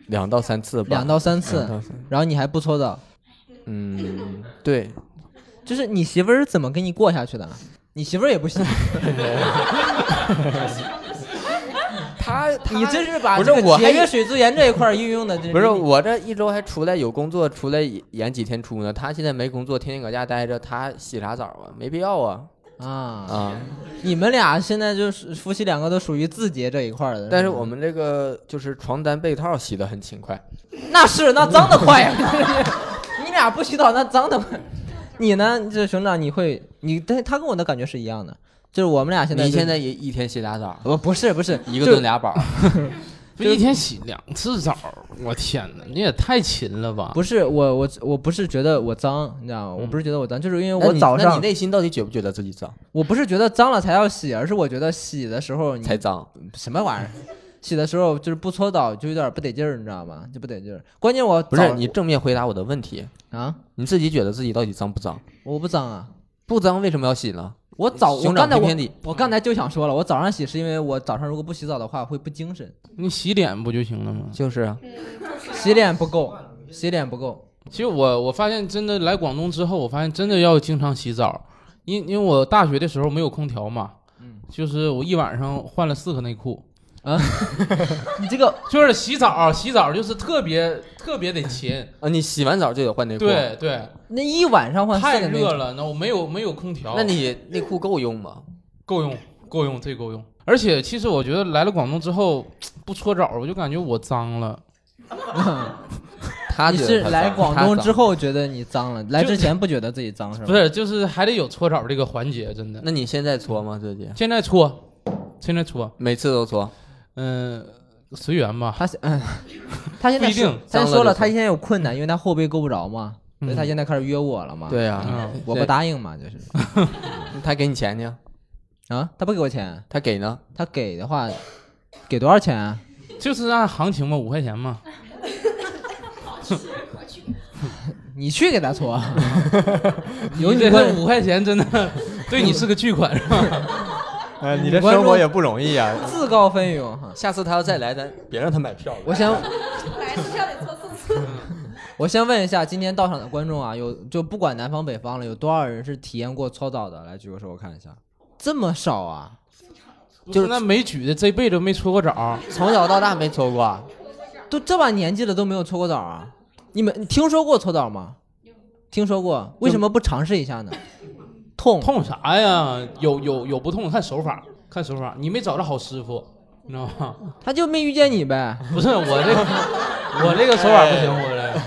Speaker 2: 两到三次吧。
Speaker 4: 两到三
Speaker 2: 两
Speaker 4: 次，
Speaker 2: 到三
Speaker 4: 然后你还不搓澡，
Speaker 2: 嗯，对，
Speaker 4: 就是你媳妇儿是怎么跟你过下去的？你媳妇儿也不洗，
Speaker 2: 他他
Speaker 4: 呃你真是把
Speaker 2: 不
Speaker 4: 这
Speaker 2: 是
Speaker 4: 个
Speaker 2: 我
Speaker 4: 节
Speaker 2: 还
Speaker 4: 约水资源这一块儿运用的，
Speaker 2: 不是我这一周还出来有工作，出来演几天出呢。他现在没工作，天天搁家待着，他洗啥澡啊？没必要啊
Speaker 4: 啊，
Speaker 2: 啊！
Speaker 4: 你们俩现在就是夫妻两个都属于字节这一块儿的，
Speaker 2: 但是
Speaker 4: 吗
Speaker 2: 我们这个就是床单被套洗的很勤快，
Speaker 4: 那是那脏的快呀， 你俩不洗澡那脏的快。你呢，这熊掌你会你，但是他跟我的感觉是一样的，就是我们俩现在
Speaker 2: 你
Speaker 4: 就呃
Speaker 2: 现在也一天洗俩澡，
Speaker 4: 不不是不是
Speaker 2: 一个
Speaker 4: 就
Speaker 2: 蹲俩宝，
Speaker 3: 不一天洗两次澡儿，我天哪，你也太勤了吧！
Speaker 4: 不是我我我不是觉得我脏，你知道吗？我不是觉得我脏，就是因为
Speaker 2: 嗯那
Speaker 4: 我
Speaker 2: 你
Speaker 4: 早
Speaker 2: 那
Speaker 4: 上
Speaker 2: 你内心到底觉不觉得自己脏
Speaker 4: 我不是觉得脏了才要洗，而是我觉得洗的时候你
Speaker 2: 才脏？
Speaker 4: 什么玩意儿，洗的时候就是不搓澡就有点不得劲儿，你知道吗？就不得劲儿。关键我
Speaker 2: 不是
Speaker 4: 早
Speaker 2: 你正面回答我的问题，
Speaker 4: 啊，
Speaker 2: 你自己觉得自己到底脏不脏？
Speaker 4: 我不脏啊。
Speaker 2: 不脏为什么要洗呢？
Speaker 4: 我早我
Speaker 2: 熊
Speaker 4: 刚
Speaker 2: 掌
Speaker 4: 才我
Speaker 2: 平天地
Speaker 4: 我刚才就想说了，我早上洗是因为我早上如果不洗澡的话会不精神，
Speaker 3: 你洗脸不就行了吗？
Speaker 2: 就是啊，
Speaker 4: 洗脸不够，洗脸不够。
Speaker 3: 其实我我发现真的来广东之后，我发现真的要经常洗澡，因因为我大学的时候没有空调嘛，
Speaker 4: 嗯
Speaker 3: 就是我一晚上换了四个内裤，
Speaker 4: 你这个
Speaker 3: 就是洗澡洗澡就是特别特别得勤，
Speaker 2: 啊，你洗完澡就得换内裤，啊
Speaker 3: 对对，
Speaker 4: 那一晚上换
Speaker 3: 太
Speaker 4: 四个内
Speaker 3: 热
Speaker 4: 裤，
Speaker 3: 了，那我没有没有空调，
Speaker 2: 那你内裤够用吗？
Speaker 3: 够用够用这够用，而且其实我觉得来了广东之后不搓澡，我就感觉我脏了。
Speaker 2: 他
Speaker 4: 你
Speaker 2: 觉得
Speaker 4: 是
Speaker 2: 他
Speaker 4: 来
Speaker 2: 脏
Speaker 4: 广
Speaker 2: 他
Speaker 4: 东
Speaker 2: 脏
Speaker 4: 之后觉得你脏了，来之前不觉得自己脏是吧？
Speaker 3: 不是，就是还得有搓澡这个环节，真的。
Speaker 2: 那你现在搓吗？自己
Speaker 3: 现在搓，现在搓，
Speaker 2: 每次都搓，
Speaker 3: 嗯、随缘吧。
Speaker 4: 他现嗯，他现在
Speaker 3: 不一定
Speaker 4: 说他
Speaker 2: 脏了
Speaker 4: 说了，
Speaker 2: 就
Speaker 4: 他现在有困难，因为他后背够不着嘛，所以他
Speaker 3: 嗯
Speaker 4: 现在开始约我了嘛。，
Speaker 2: 对呀、
Speaker 3: 啊，
Speaker 4: 我不答应嘛，就是
Speaker 2: 他给你钱呢？
Speaker 4: 啊，他不给我钱，
Speaker 2: 他给呢？
Speaker 4: 他给的话给多少钱啊？
Speaker 3: 就是按行情嘛，五块钱嘛。
Speaker 4: 你去给他搓，有
Speaker 3: 你
Speaker 4: 你
Speaker 3: 这
Speaker 4: 问
Speaker 3: 五块钱真的 对你是个巨款，是吧？
Speaker 2: 哎，
Speaker 4: 你这生活也
Speaker 2: 不容易啊！
Speaker 4: 自告奋勇哈。
Speaker 2: 下次他要再来，咱别让他买票了。
Speaker 4: 我先
Speaker 5: 来是要得做四次。
Speaker 4: 我先问一下，今天到场的观众啊，有就不管南方北方了，有多少人是体验过搓澡的？来举个手，我看一下。这么少啊？
Speaker 3: 就是那没举的这辈子没搓过澡，
Speaker 2: 从小到大没搓过啊，
Speaker 4: 都这把年纪了都没有搓过澡啊？你们你听说过搓澡吗？听说过，为什么不尝试一下呢？痛，
Speaker 3: 痛啥呀？有有有不痛，看手法，看手法。你没找着好师傅，你知道吗？
Speaker 4: 他就没遇见你呗。
Speaker 3: 不是我这个，我这个手法不行，我这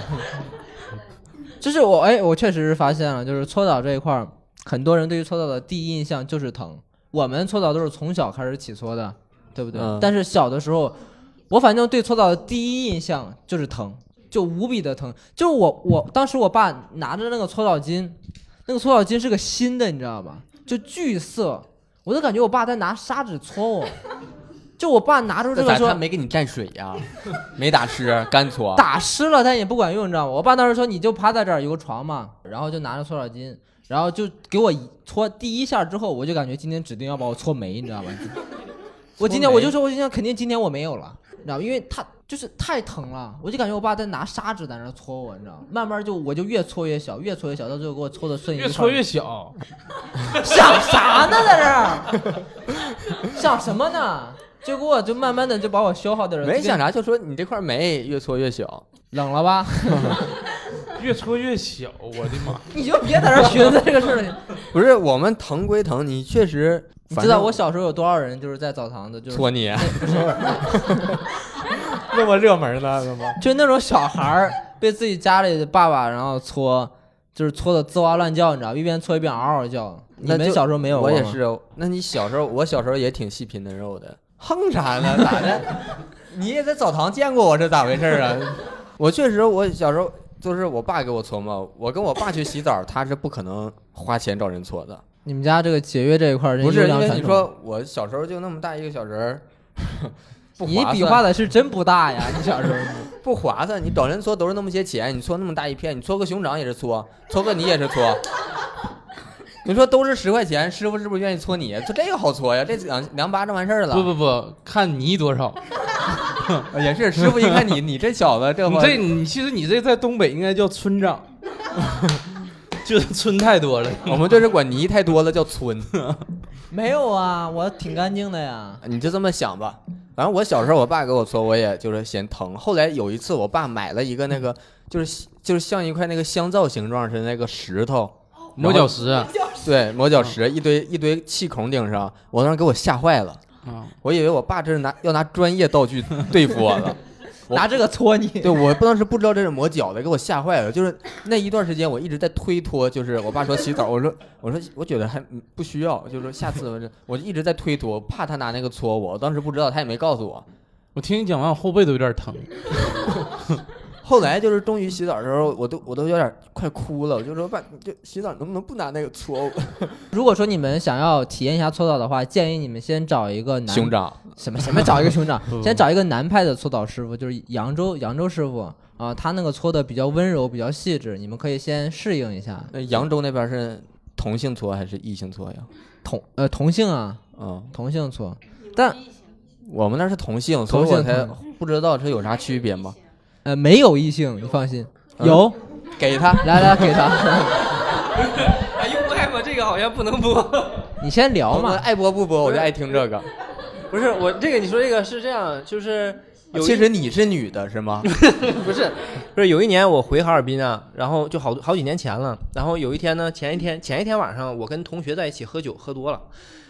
Speaker 4: 就是我哎，我确实是发现了，就是搓澡这一块儿，很多人对于搓澡的第一印象就是疼。我们搓澡都是从小开始起搓的，对不对？
Speaker 2: 嗯
Speaker 4: 但是小的时候，我反正对搓澡的第一印象就是疼，就无比的疼。就是我我当时我爸拿着那个搓澡巾，那个搓澡巾是个新的，你知道吧？就巨涩，我都感觉我爸在拿砂纸搓我。就我爸拿出这
Speaker 2: 那
Speaker 4: 个
Speaker 2: 咋
Speaker 4: 说
Speaker 2: 他，没给你蘸水呀、没打湿，干搓。
Speaker 4: 打湿了，但也不管用，你知道吗？我爸当时说你就趴在这儿有个床嘛，然后就拿着搓澡巾，然后就给我一搓第一下之后，我就感觉今天指定要把我搓没，你知道 吗？我今天我就说我今天肯定今天我没有了，你知道吗？因为他就是太疼了，我就感觉我爸在拿砂纸在那儿搓我，你知道吗？慢慢就我就越搓越小，越搓越小，到最后给我搓的瞬间
Speaker 3: 越搓越小。
Speaker 4: 想啥呢，在这儿想什么呢？结果就慢慢的就把我消耗的人
Speaker 2: 没想啥，就说你这块煤越搓越小。
Speaker 4: 冷了吧？
Speaker 3: 越搓越小，我的妈！
Speaker 4: 你就别在这儿寻思这个事儿了。
Speaker 2: 不是我们疼归疼，你确实，
Speaker 4: 你
Speaker 2: 反
Speaker 4: 知道
Speaker 2: 正
Speaker 4: 我小时候有多少人就是在澡堂子，就是
Speaker 2: 搓你，啊那么热门呢？怎么？
Speaker 4: 就是那种小孩儿被自己家里的爸爸然后搓，就是搓的吱哇乱叫，你知道，一边搓一边嗷嗷叫。你
Speaker 2: 那
Speaker 4: 们
Speaker 2: 就
Speaker 4: 小时候没有过
Speaker 2: 我
Speaker 4: 吗
Speaker 2: 也，是。那你小时候，我小时候也挺细皮嫩肉的，横啥呢？咋的？你也在澡堂见过我是咋回事儿啊？ 我确实，我小时候就是我爸给我搓嘛，我跟我爸去洗澡，他是不可能花钱找人搓的。
Speaker 4: 你们家这个节约这一块儿真
Speaker 2: 不
Speaker 4: 优
Speaker 2: 是因
Speaker 4: 良
Speaker 2: 为
Speaker 4: 传
Speaker 2: 你
Speaker 4: 统
Speaker 2: 说我小时候就那么大一个小人儿， 不
Speaker 4: 你
Speaker 2: 划
Speaker 4: 比划
Speaker 2: 算，
Speaker 4: 的是真不大呀，你小时候。
Speaker 2: 不划算。你找人搓都是那么些钱，你搓那么大一片，你搓个熊掌也是搓，搓个你也是搓。你说都是十块钱，师傅是不是愿意搓你？就这个好搓呀，这两两巴掌完事儿了。
Speaker 3: 不不不，看泥多少。
Speaker 2: 啊也是，师傅一看你，你这小子，这
Speaker 3: 你
Speaker 2: 不
Speaker 3: 这你其实你这在东北应该叫村 长，就是村太多了。
Speaker 2: 我们这是管泥太多了叫村，
Speaker 4: 没有啊，我挺干净的呀。
Speaker 2: 你就这么想吧。反正我小时候，我爸给我搓，我也就是嫌疼。后来有一次，我爸买了一个那个，就是就是像一块那个香皂形状似的那个石头，
Speaker 3: 磨脚石啊，
Speaker 2: 对，磨脚石，一堆一堆气孔顶上，我当时给我吓坏了，
Speaker 3: 啊
Speaker 2: 我以为我爸这是拿要拿专业道具对付我 了。我
Speaker 4: 拿这个搓你，
Speaker 2: 对我当时不知道这是磨脚的，给我吓坏了。就是那一段时间，我一直在推脱，就是我爸说洗澡，我说我说我觉得还不需要，就是说下次我就我就一直在推脱，怕他拿那个搓我。我当时不知道，他也没告诉我。
Speaker 3: 我听你讲完，我后背都有点疼。
Speaker 2: 后来就是终于洗澡的时候，我都我都有点快哭了，我就说爸，你这洗澡能不能不拿那个搓 我？
Speaker 4: 如果说你们想要体验一下搓澡的话，建议你们先找一个男
Speaker 2: 兄长，
Speaker 4: 什么什么找一个兄长
Speaker 3: 不，
Speaker 4: 先找一个南派的搓澡师傅，就是扬州扬州师傅啊、他那个搓的比较温柔，比较细致，你们可以先适应一下。
Speaker 2: 那扬州那边是同性搓还是异性搓呀？
Speaker 4: 同呃同性啊，
Speaker 2: 嗯，
Speaker 4: 同性搓，但
Speaker 2: 我们那是同性，所以
Speaker 4: 同
Speaker 2: 我
Speaker 4: 性
Speaker 2: 才
Speaker 4: 同
Speaker 2: 不知道这有啥区别吗？
Speaker 4: 呃没有异性，你放心，
Speaker 2: 嗯
Speaker 4: 有，
Speaker 2: 给他，
Speaker 4: 来来给他，
Speaker 6: 哎呦，不害我这个好像不能播。
Speaker 4: 你先聊
Speaker 2: 我们
Speaker 4: 嘛。
Speaker 2: 爱播不播，我就爱听这 个。
Speaker 6: 不是我这个，你说这个是这样，就是有一
Speaker 2: 啊其实你是女的是 吗？
Speaker 6: 不是不是有一年我回哈尔滨啊，然后就好好几年前了，然后有一天呢，前一天前一天晚上我跟同学在一起喝酒，喝多了，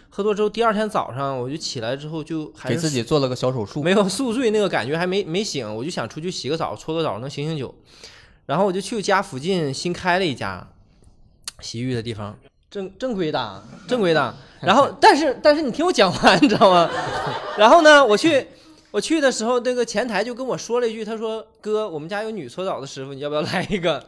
Speaker 6: 喝多之后第二天早上我就起来之后就还
Speaker 2: 给
Speaker 6: 是
Speaker 2: 自己做了个小手术。
Speaker 6: 没有宿醉那个感觉还没没醒，我就想出去洗个澡，搓个澡能醒醒酒。然后我就去家附近新开了一家洗浴的地方，正正规的，正规 的。然后，但是但是你听我讲完，你知道吗？ 然后呢，我去我去的时候，那个前台就跟我说了一句，他说：“哥，我们家有女搓澡的师傅，你要不要来一个？”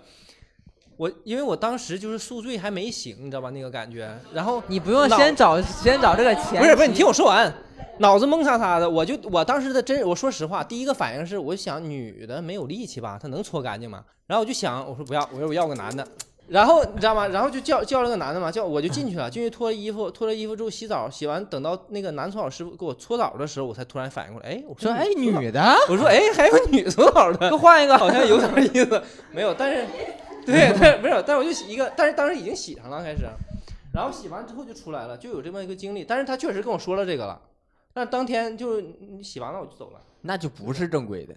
Speaker 6: 我因为我当时就是宿醉还没醒，你知道吧？那个感觉。然后
Speaker 4: 你不用先找先找这个钱，
Speaker 6: 不是不是，你听我说完，脑子蒙擦擦的，我就我当时的真，我说实话，第一个反应是，我想女的没有力气吧，她能搓干净吗？然后我就想，我说不要，我说我要个男的。然后你知道吗？然后就叫叫了个男的嘛，叫我就进去了，进去脱了衣服，脱了衣服之后洗澡，洗完等到那个男搓澡师傅给我搓澡的时候，我才突然反应过来，哎，我
Speaker 4: 说
Speaker 6: 说
Speaker 4: 哎
Speaker 6: 哎，
Speaker 4: 女的，
Speaker 6: 我说哎，还有女搓澡的
Speaker 4: 给我，换一个，
Speaker 6: 好像有点意思，没有，但是， 对，但是没有，但是我就洗一个，但是当时已经洗上了开始，然后洗完之后就出来了，就有这么一个经历，但是他确实跟我说了这个了，但是当天就是你洗完了我就走了，
Speaker 2: 那就不是正规的。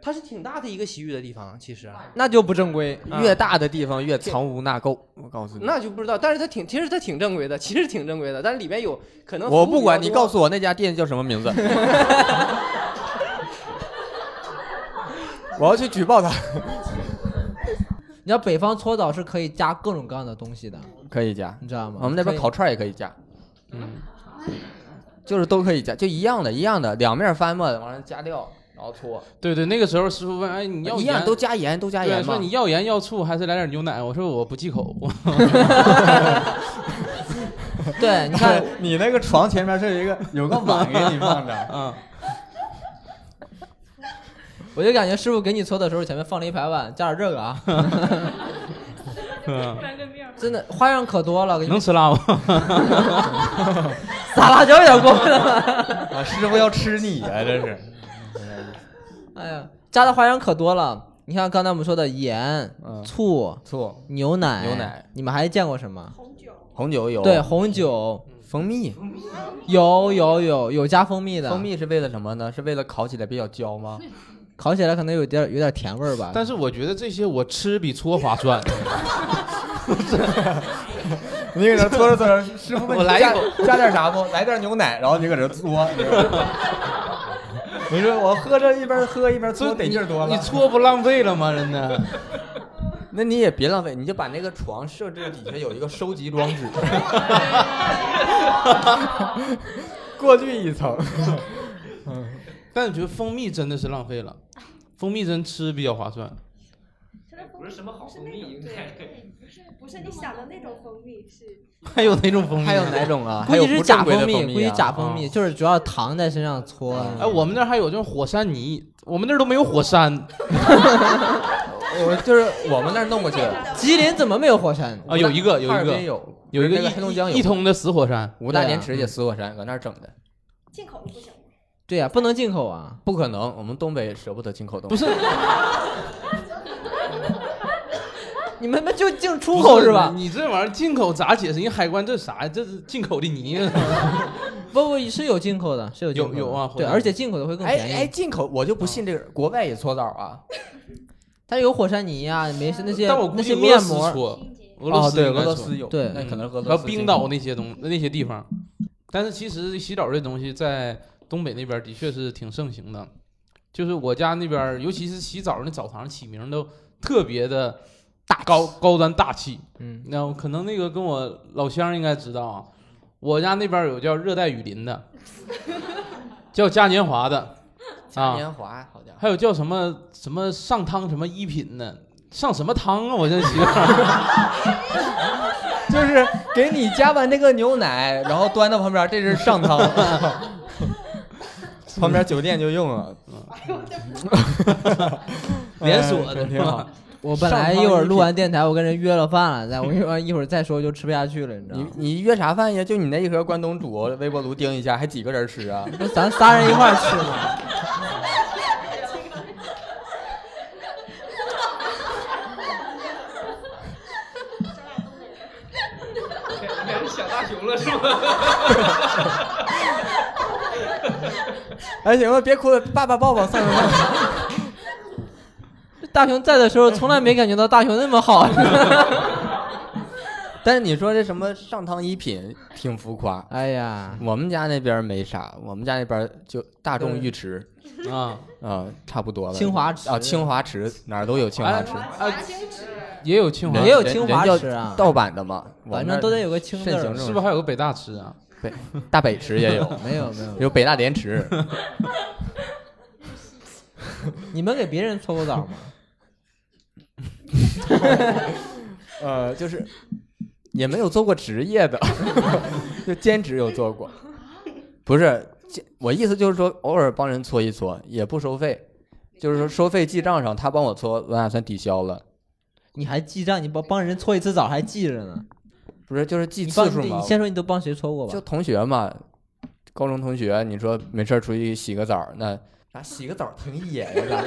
Speaker 6: 它是挺大的一个洗浴的地方，其实
Speaker 4: 那就不正规。
Speaker 6: 啊
Speaker 2: 越大的地方越藏污纳垢，我告诉你。
Speaker 6: 那就不知道，但是它挺，其实它挺正规的，其实挺正规的，但是里面有可能
Speaker 2: 我不管，你告
Speaker 6: 诉
Speaker 2: 诉我那家店叫什么名 字，我要去举报他。
Speaker 4: 你知道北方搓澡是可以加各种各样的东西的，
Speaker 2: 可以加，
Speaker 4: 你知道吗？
Speaker 2: 我们那边
Speaker 4: 可以
Speaker 2: 烤串儿也可以加，
Speaker 3: 嗯，
Speaker 2: 就是都可以加，就一样的，一样的，两面翻嘛，完了加料，然后搓，
Speaker 3: 对对，那个时候师傅问，哎，你要
Speaker 2: 一
Speaker 3: 盐
Speaker 2: 样都加盐，都加
Speaker 3: 对，
Speaker 2: 盐
Speaker 3: 说
Speaker 2: 嘛。
Speaker 3: 你要盐要醋还是来点牛奶？我说我不忌口， 我
Speaker 4: 对，你看
Speaker 1: 你那个床前面是一个有个碗给你放着，
Speaker 3: 嗯，
Speaker 4: 我就感觉师傅给你搓的时候，前面放了一排碗，加点这个啊，
Speaker 3: 嗯
Speaker 5: 翻个面儿。
Speaker 4: 真的花样可多了。给你
Speaker 3: 能吃辣 吗？
Speaker 4: 撒辣椒有点过分了。
Speaker 1: 啊，师傅要吃你啊，这是。
Speaker 4: 哎呀，加的花样可多了。你看刚才我们说的盐、
Speaker 2: 嗯
Speaker 4: 醋、
Speaker 2: 醋、
Speaker 4: 牛奶、
Speaker 2: 牛奶，
Speaker 4: 你们还见过什么？
Speaker 5: 红酒，
Speaker 2: 红酒有，
Speaker 4: 对，，红酒
Speaker 2: 蜂蜜，
Speaker 4: 有有有有加蜂蜜的，
Speaker 2: 蜂蜜是为了什么呢？是为了烤起来比较焦吗？
Speaker 4: 烤起来可能有点有点甜味儿吧。
Speaker 3: 但是我觉得这些我吃比搓划 算。
Speaker 1: 你搁这搓着搓 着，师傅问你
Speaker 6: 我来一
Speaker 1: 加
Speaker 6: 口
Speaker 1: 加点啥不？来点牛奶，然后你搁这搓。你说 我喝着一边喝一边搓，得劲儿多
Speaker 3: 你
Speaker 1: 了。
Speaker 3: 搓不浪费了吗？真的，
Speaker 2: 那你也别浪费，你就把那个床设置底下有一个收集装置，
Speaker 1: 过滤一层，
Speaker 3: 但我觉得蜂蜜真的是浪费了，蜂蜜真吃比较划算。
Speaker 5: 它的蜂蜜不是什么好蜂蜜，应该不是不是你想的那种蜂蜜，是
Speaker 3: 还有哪种蜂蜜？
Speaker 2: 还有哪？种啊？
Speaker 4: 估计
Speaker 2: 还有
Speaker 4: 是
Speaker 2: 不正
Speaker 4: 假
Speaker 2: 规的
Speaker 4: 蜜，
Speaker 2: 啊
Speaker 4: 估计假蜂蜜，就是主要糖在身上搓。
Speaker 2: 嗯
Speaker 3: 哎，我们那儿还有这种火山泥，我们那儿都没有火山
Speaker 2: 我就是我
Speaker 5: 啊
Speaker 2: 们那儿弄过去，
Speaker 4: 吉林怎么没有火山？
Speaker 2: 哦
Speaker 3: 啊，有一个有
Speaker 2: 哈
Speaker 3: 一
Speaker 2: 尔滨
Speaker 3: 个
Speaker 2: 有，嗯
Speaker 3: 有一
Speaker 2: 不
Speaker 3: 个
Speaker 2: 是那个黑龙江
Speaker 3: 一一
Speaker 2: 有，
Speaker 3: 通的死火山，
Speaker 2: 五大
Speaker 4: 对啊
Speaker 2: 连池也死火山，搁那儿整的，
Speaker 5: 进口的不行。
Speaker 4: 对呀、不能进口啊。
Speaker 2: 不可能，我们东北舍不得进口东
Speaker 3: 不
Speaker 2: 西，
Speaker 3: 是
Speaker 4: 你们们就净出口是吧？
Speaker 3: 你这玩意儿进口咋解释？人海关这啥呀？这是进口的泥，
Speaker 4: 不不是有进口的，是有进口的
Speaker 3: 有有啊火
Speaker 4: 对，
Speaker 3: 山
Speaker 4: 而且进口的会更
Speaker 2: 哎
Speaker 4: 便宜。
Speaker 2: 哎，进口我就不信这个，国外也搓澡啊？
Speaker 4: 它有火山泥啊，没 事那些
Speaker 3: 但我估
Speaker 4: 那
Speaker 3: 计
Speaker 4: 些
Speaker 3: 俄罗
Speaker 4: 面
Speaker 3: 斯
Speaker 4: 膜，
Speaker 3: 搓，俄罗
Speaker 2: 哦，
Speaker 3: 斯
Speaker 2: 对，
Speaker 3: 应该
Speaker 2: 俄罗
Speaker 3: 搓
Speaker 2: 斯有，嗯
Speaker 4: 对
Speaker 1: 那可能俄罗斯
Speaker 3: 嗯还有冰岛
Speaker 1: 那
Speaker 3: 那些东那些地方。但是其实洗澡这东西在东北那边的确是挺盛行的，就是我家那边，尤其是洗澡那澡堂起名都特别的大高高端大气。
Speaker 4: 嗯，
Speaker 3: 那我可能那个跟我老乡应该知道啊，我家那边有叫热带雨林的，叫嘉年华的，啊
Speaker 2: 嘉年华好像。
Speaker 3: 还有叫什么什么上汤什么一品的，上什么汤啊？我这洗澡。
Speaker 4: 就是给你加完那个牛奶，然后端到旁边，这是上 汤。
Speaker 2: 旁边酒店就用了，嗯哎
Speaker 6: 连锁的
Speaker 2: 挺好。
Speaker 4: 我本来一会儿录完电台，我跟人约了饭了，再我一会儿一会儿再说就吃不下去了，你知道
Speaker 2: 你
Speaker 4: 吗？
Speaker 2: 你约啥饭呀？就你那一盒关东煮，微波炉叮一下，还几个人吃 啊？
Speaker 4: 不是咱仨人一块儿吃吗？
Speaker 6: 你俩是想大熊了是吗？
Speaker 2: 哎，行了，别哭了，爸爸抱抱，算了算了。
Speaker 4: 大熊在的时候，从来没感觉到大熊那么好。
Speaker 2: 但是你说这什么上汤一品挺浮夸，
Speaker 4: 哎呀，
Speaker 2: 我们家那边没啥，我们家那边就大众浴池
Speaker 3: 啊，
Speaker 2: 啊、差不多了。
Speaker 4: 清华池
Speaker 2: 啊，清华池哪儿都有清华池，
Speaker 5: 华清池，
Speaker 3: 也有清华
Speaker 2: 人
Speaker 4: 也，有清华池啊
Speaker 2: 人叫盗版的嘛，
Speaker 4: 反正都得有个清字
Speaker 2: 慎行
Speaker 4: 儿
Speaker 2: 这。种
Speaker 3: 是不是还有个北大吃啊？
Speaker 2: 北大北池也 有，
Speaker 4: 没有没有，
Speaker 2: 有北大莲池，
Speaker 4: 你们给别人搓过澡吗？
Speaker 2: 呃，就是也没有做过职业 的，就兼职有做 过，不是，兼我意思就是说偶尔帮人搓一搓，也不收费，就是说收费记账上他帮我搓，我俩算抵消了，
Speaker 4: 你还记账？你帮帮人搓一次澡还记着呢？
Speaker 2: 不是，就是记
Speaker 4: 你
Speaker 2: 次
Speaker 4: 帮
Speaker 2: 数嘛
Speaker 4: 你，先说你都帮谁搓过
Speaker 2: 就
Speaker 4: 吧？
Speaker 2: 同学嘛，高中同学，你说没事儿出去洗个澡，那啥啊洗个澡挺野呀，咱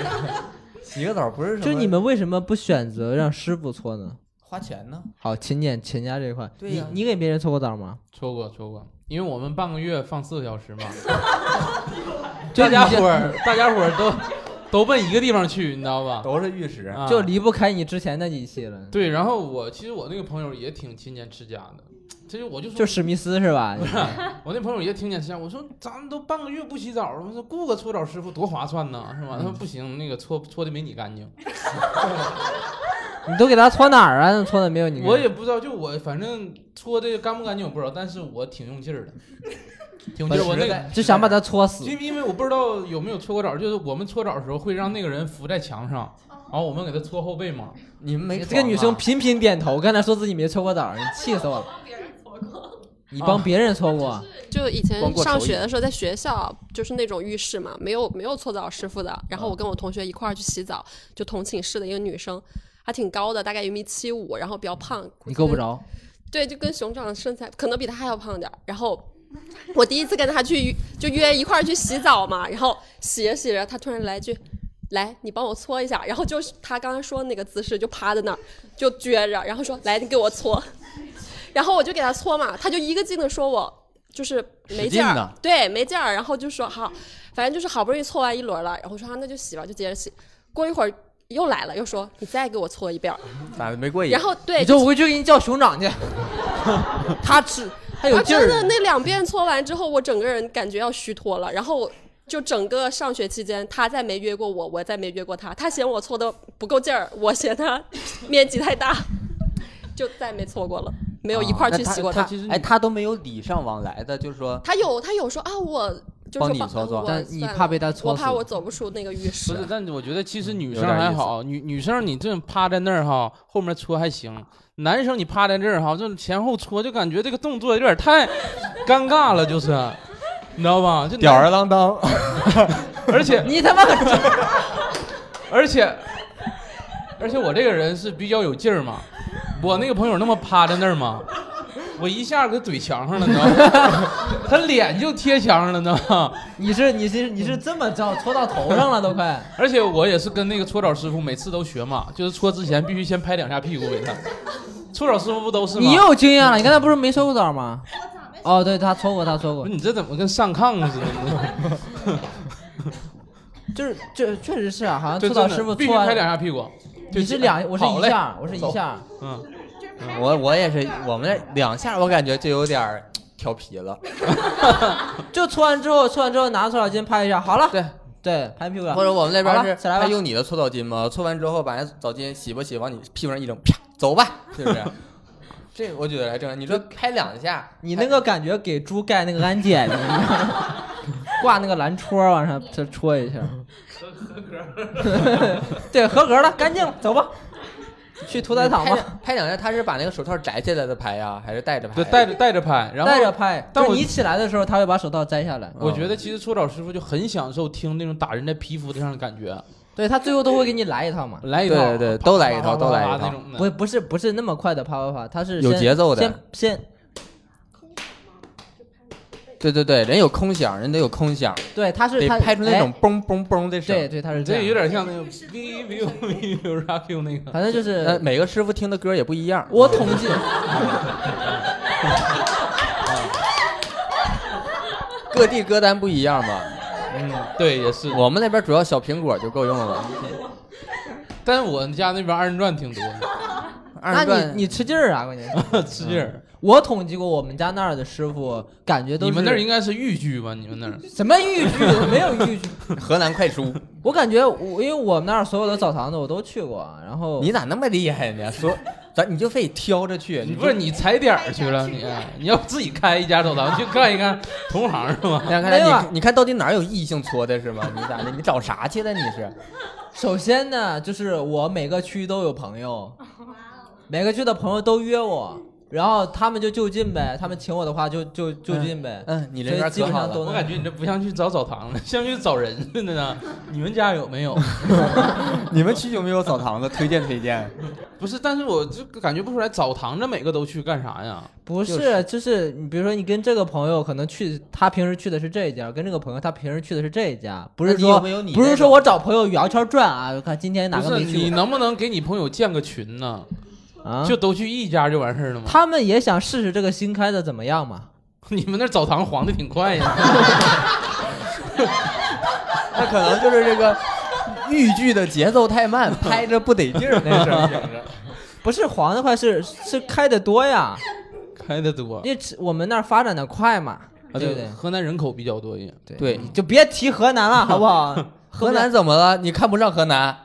Speaker 2: 洗个澡不是什
Speaker 4: 就你们为什么不选择让师傅搓呢？
Speaker 2: 花钱呢？
Speaker 4: 好，勤俭勤家这一块，
Speaker 2: 对呀
Speaker 4: 你你给别人搓过澡吗？
Speaker 3: 搓过搓过，因为我们半个月放四个 小时嘛，
Speaker 4: 就
Speaker 3: 大
Speaker 4: 你
Speaker 3: 哎家
Speaker 4: 这
Speaker 3: 伙儿大家伙儿都 都奔一个地方去，你知道吧？
Speaker 2: 都是浴池，
Speaker 3: 啊
Speaker 4: 就离不开你之前那几期了，
Speaker 3: 对。然后我其实我那个朋友也挺勤俭持家的，其实我就说，
Speaker 4: 就史密斯是吧？
Speaker 3: 我那朋友也挺俭持家。我说咱们都半个月不洗澡了，我说雇个搓澡师傅多划算呢，是吧？
Speaker 4: 嗯
Speaker 3: 他说不行，那个搓搓的没你干净。
Speaker 4: 你都给他搓哪儿啊？搓的没有你干。
Speaker 3: 我也不知道，就我反正搓的干不干净我不知道，但是我挺用劲儿的， 挺用劲儿。我那个
Speaker 4: 就想把他搓死
Speaker 3: 因。为因为我不知道有没有搓过澡，就是我们搓澡的时候会让那个人扶在墙上，然后我们给他搓后背嘛。
Speaker 2: 你们没
Speaker 4: 这个女
Speaker 2: 床
Speaker 4: 生
Speaker 2: 啊
Speaker 4: 频频点头，刚才说自己没搓过澡，你气死我了！
Speaker 5: 别人搓
Speaker 2: 嗯
Speaker 5: 过，
Speaker 4: 你帮别人搓过，
Speaker 7: 就以
Speaker 2: 光
Speaker 7: 前
Speaker 2: 过
Speaker 7: 上
Speaker 2: 手
Speaker 7: 学的时候，在学校就是那种浴室嘛，没有没有搓澡师傅的。
Speaker 2: 嗯
Speaker 7: 然后我跟我同学一块儿去洗澡，就同寝室的一个女生，还挺高的，大概一米七五，然后比较胖。
Speaker 4: 你够不。着。
Speaker 7: 对，就跟熊掌的身材，可能比她还要胖点儿。然后我第一次跟她去，就约一块儿去洗澡嘛。然后洗着洗着，她突然来一句。来，你帮我搓一下，然后就是她刚才说那个姿势，就趴在那儿，就撅着，然后说：“来，你给我搓。” 然后我就给她搓嘛，她就一个劲的说我就是没劲
Speaker 2: 使劲
Speaker 7: 儿
Speaker 2: 呢，
Speaker 7: 对，没劲儿，然后就说好，反正就是好不容易搓完一轮了，然后我说啊，那就洗吧，就接着洗。过一会儿又来了，又说你再给我搓一遍儿，
Speaker 2: 咋的没过瘾
Speaker 7: 然？后对，
Speaker 4: 你说我回去给你叫熊掌去， 他吃他有
Speaker 7: 啊，
Speaker 4: 劲
Speaker 7: 真的
Speaker 4: 儿。
Speaker 7: 那两遍搓完之后，我整个人感觉要虚脱了。然后就整个上学期间，他再没约过我，我再没约过他。他嫌我搓的不够劲儿，我嫌他面积太大，就再没搓过了，没有一
Speaker 4: 啊
Speaker 7: 块儿
Speaker 2: 那
Speaker 7: 去
Speaker 2: 他
Speaker 7: 洗过
Speaker 2: 他
Speaker 7: 啊他。
Speaker 3: 其实你
Speaker 2: 哎，他都没有礼尚往来的，就是说
Speaker 7: 他有他有说啊，我就是
Speaker 2: 帮
Speaker 7: 说
Speaker 2: 你
Speaker 7: 帮
Speaker 2: 搓搓
Speaker 7: 我
Speaker 4: 但你
Speaker 7: 算
Speaker 4: 怕
Speaker 7: 了
Speaker 4: 被他搓
Speaker 7: 我怕
Speaker 4: 死
Speaker 7: 我走不出那个浴室
Speaker 3: 不。是，但我觉得其实女
Speaker 2: 有
Speaker 3: 生
Speaker 2: 点意
Speaker 3: 还
Speaker 2: 思
Speaker 3: 好，女女生你这趴在那儿哈，后面搓还行。男生你趴在这儿哈，这前后搓就感觉这个动作有点太尴尬了，就是，你知道吧？就
Speaker 2: 吊
Speaker 3: 男
Speaker 2: 儿郎当，
Speaker 3: 而且
Speaker 4: 你 他妈可
Speaker 3: 而且而且我这个人是比较有劲儿嘛，我那个朋友那么趴在那儿嘛，我一下给怼墙上了，你知道 吗？他脸就贴墙上了，你知道吗？
Speaker 4: 你是你是你是这么着搓到头上了都 快。
Speaker 3: 而且我也是跟那个搓澡师傅每次都学嘛，就是搓之前必须先拍两下屁股给他。搓澡师傅不都是吗？
Speaker 4: 你又有经验了，你刚才不是没搓过澡吗？
Speaker 5: 我咋没
Speaker 4: 哦，对他搓过，他搓
Speaker 3: 不
Speaker 4: 过
Speaker 3: 是。你这怎么跟上炕似的？
Speaker 4: 就是这确实是啊，好像
Speaker 3: 这
Speaker 4: 搓
Speaker 3: 这
Speaker 4: 澡
Speaker 3: 真的
Speaker 4: 师傅
Speaker 3: 必
Speaker 4: 搓
Speaker 3: 须拍
Speaker 4: 完
Speaker 3: 两，下屁股，
Speaker 4: 你是两，我是
Speaker 3: 好
Speaker 4: 一
Speaker 3: 嘞
Speaker 4: 下，我是一
Speaker 3: 走
Speaker 4: 下。
Speaker 3: 嗯，
Speaker 2: 我我也是，我们那两下我感觉就有点儿调皮了。
Speaker 4: 就搓完之后，搓完之后拿搓澡巾拍一下，好了。
Speaker 2: 对
Speaker 4: 对，拍屁股了。
Speaker 2: 或者我们那边
Speaker 4: 好了
Speaker 2: 是
Speaker 4: 起来吧
Speaker 2: 他用你的搓澡巾吗？搓完之后把那澡巾洗吧洗，往你屁股上一扔，啪，走吧，是不是？ 这我觉得还正常。你说拍两下，
Speaker 4: 你那个感觉给猪盖那个鞍鞯子，你知道吗 挂那个蓝戳儿往上再戳一下，
Speaker 2: 嗯
Speaker 4: 对，合格了，干净了， 走吧，去屠宰场
Speaker 2: 拍
Speaker 4: 吧，
Speaker 2: 两拍两下，他是把那个手套摘下来的拍呀，还是戴着拍？
Speaker 3: 对，带着带着拍，然后
Speaker 4: 哎带着拍。
Speaker 3: 但
Speaker 4: 就
Speaker 3: 我
Speaker 4: 你起来的时候，他会把手套摘下
Speaker 2: 嗯
Speaker 4: 来，
Speaker 3: 我觉得其实搓澡师傅就很享受听那种打人在皮肤上的感觉，
Speaker 4: 对他最后都会给你来一套嘛，
Speaker 3: 来一套，
Speaker 2: 对对，都来一
Speaker 3: 啪
Speaker 2: 套，
Speaker 3: 啪啪
Speaker 2: 都来
Speaker 3: 啪那
Speaker 2: 一套。
Speaker 3: 种的。
Speaker 4: 不不是不是那么快的啪啪啪，他是
Speaker 2: 有
Speaker 4: 先
Speaker 2: 节奏的
Speaker 4: 先先
Speaker 2: 对对对，人有空响，人得有空响，
Speaker 4: 对，他是
Speaker 2: 得
Speaker 4: 他
Speaker 2: 拍出那种
Speaker 4: 哎
Speaker 2: 嘣嘣嘣的声。
Speaker 4: 对对，他是这
Speaker 3: 这
Speaker 4: 样
Speaker 3: 有点像那个 V V U V U R Q 那个，
Speaker 4: 反正就是
Speaker 2: 呃，每个师傅听的歌也不一样。
Speaker 4: 我统 计，
Speaker 2: 各地歌单不一样嘛。
Speaker 3: 嗯，对，也是。
Speaker 2: 我们那边主要小苹果就够用了。
Speaker 3: 但是我家那边二人转挺多
Speaker 2: 二
Speaker 4: 那你
Speaker 2: 人转
Speaker 4: 你吃劲儿啊，关键是。
Speaker 3: 的，吃劲儿。
Speaker 4: 我统计过我们家那儿的师傅，感觉都
Speaker 3: 你们那儿
Speaker 4: 是
Speaker 3: 应该是豫剧吧？你们那儿
Speaker 4: 什么豫剧？没有豫剧。
Speaker 2: 河南快书，
Speaker 4: 我感觉我因为我们那儿所有的澡堂子我都去过，啊然后
Speaker 2: 你咋那么厉害呢？说咱你就非得挑着去，
Speaker 3: 你
Speaker 2: 你
Speaker 3: 不是你踩点儿去了？你你要自己开一家澡堂去看一看同行是吗？
Speaker 2: 想看
Speaker 4: 没有啊
Speaker 2: 来你你看到底哪儿有异性搓的是吗？你咋的？你找啥去了？你 是
Speaker 4: 首先呢，就是我每个区都有朋友，每个区的朋友都约我，然后他们就就近呗，他们请我的话就就就近呗。
Speaker 2: 嗯，你
Speaker 4: 所以
Speaker 2: 人缘
Speaker 4: 基
Speaker 2: 可
Speaker 4: 本
Speaker 2: 好
Speaker 4: 上
Speaker 2: 了。
Speaker 4: 都
Speaker 3: 我
Speaker 4: 能
Speaker 3: 感觉你这不像去找澡堂了，像去找人似的呢。你们家有没有？
Speaker 1: 你们区有没有澡堂子？推荐推荐。
Speaker 3: 不是，但是我就感觉不出来，澡堂这每个都去干啥呀？
Speaker 4: 不是，就是你比如说你跟这个朋友可能去，他平时去的是这一家，跟这个朋友他平时去的是这一家，不
Speaker 2: 那
Speaker 4: 是
Speaker 2: 你
Speaker 4: 说
Speaker 2: 有没有你
Speaker 4: 不是
Speaker 2: 那
Speaker 4: 说
Speaker 2: 种
Speaker 4: 我找朋友摇圈转啊，看今天哪
Speaker 3: 不
Speaker 4: 个
Speaker 3: 是
Speaker 4: 没
Speaker 3: 你
Speaker 4: 去
Speaker 3: 能不能给你朋友建个群呢？
Speaker 4: 过啊？
Speaker 3: 就都去一家就完事儿了吗？
Speaker 4: 他们也想试试这个新开的怎么样嘛？
Speaker 3: 你们那澡堂黄的挺快呀。
Speaker 2: 那可能就是这个豫剧的节奏太 慢，拍着不得劲 儿那是。
Speaker 4: 不是黄的快，是是开的多 呀，
Speaker 3: 开的多啊，啊
Speaker 4: 因为吃我们那儿发展的快嘛，对不
Speaker 3: 对，河南人口比较多也。
Speaker 4: 对
Speaker 2: 啊对
Speaker 4: 你就别提河南 了，好不好？
Speaker 2: 河南怎么了？你看不上河南？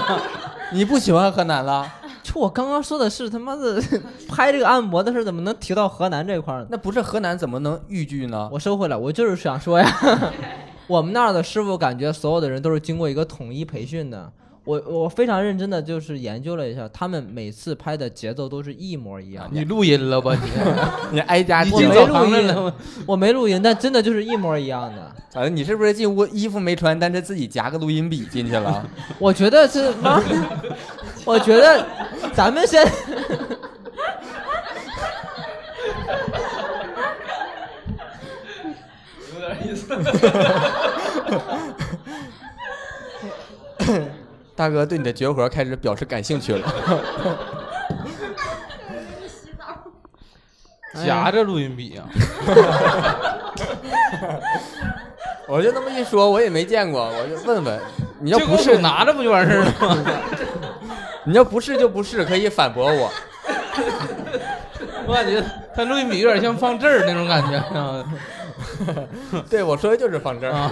Speaker 2: 你不喜欢河南了？
Speaker 4: 就我刚刚说的是他妈的 拍这个按摩的事儿，怎么能提到河南这一块儿呢？
Speaker 2: 那不是河南怎么能豫剧呢？
Speaker 4: 我收回来，我就是想说呀， 我们那儿的师傅感觉所有的人都是经过一个统一培训的。我我非常认真的就是研究了一下，他们每次拍的节奏都是一模一样的。
Speaker 3: 你录音了吧 你？
Speaker 2: 你挨家
Speaker 3: 你
Speaker 2: 进
Speaker 4: 我没
Speaker 3: 进澡
Speaker 4: 录
Speaker 3: 堂来
Speaker 4: 音
Speaker 3: 了吗？
Speaker 4: 我没录音，但真的就是一模一样的。
Speaker 2: 咋的？你是不是进屋衣服没穿，但是自己夹个录音笔进去了？
Speaker 4: 我觉得这妈，我觉得咱们先，
Speaker 2: 大哥对你的绝活开始表示感兴趣了。
Speaker 3: 夹着录音笔 啊，
Speaker 2: 我就那么一说，我也没见过，我就问问。你要
Speaker 3: 就
Speaker 2: 不
Speaker 3: 我
Speaker 2: 是
Speaker 3: 手，拿着不就完事儿了吗？
Speaker 2: 你要不是就不是，可以反驳我。
Speaker 3: 我感觉他录音笔有点像放这儿那种感觉啊。
Speaker 2: 对，我说的就是方正
Speaker 3: 啊。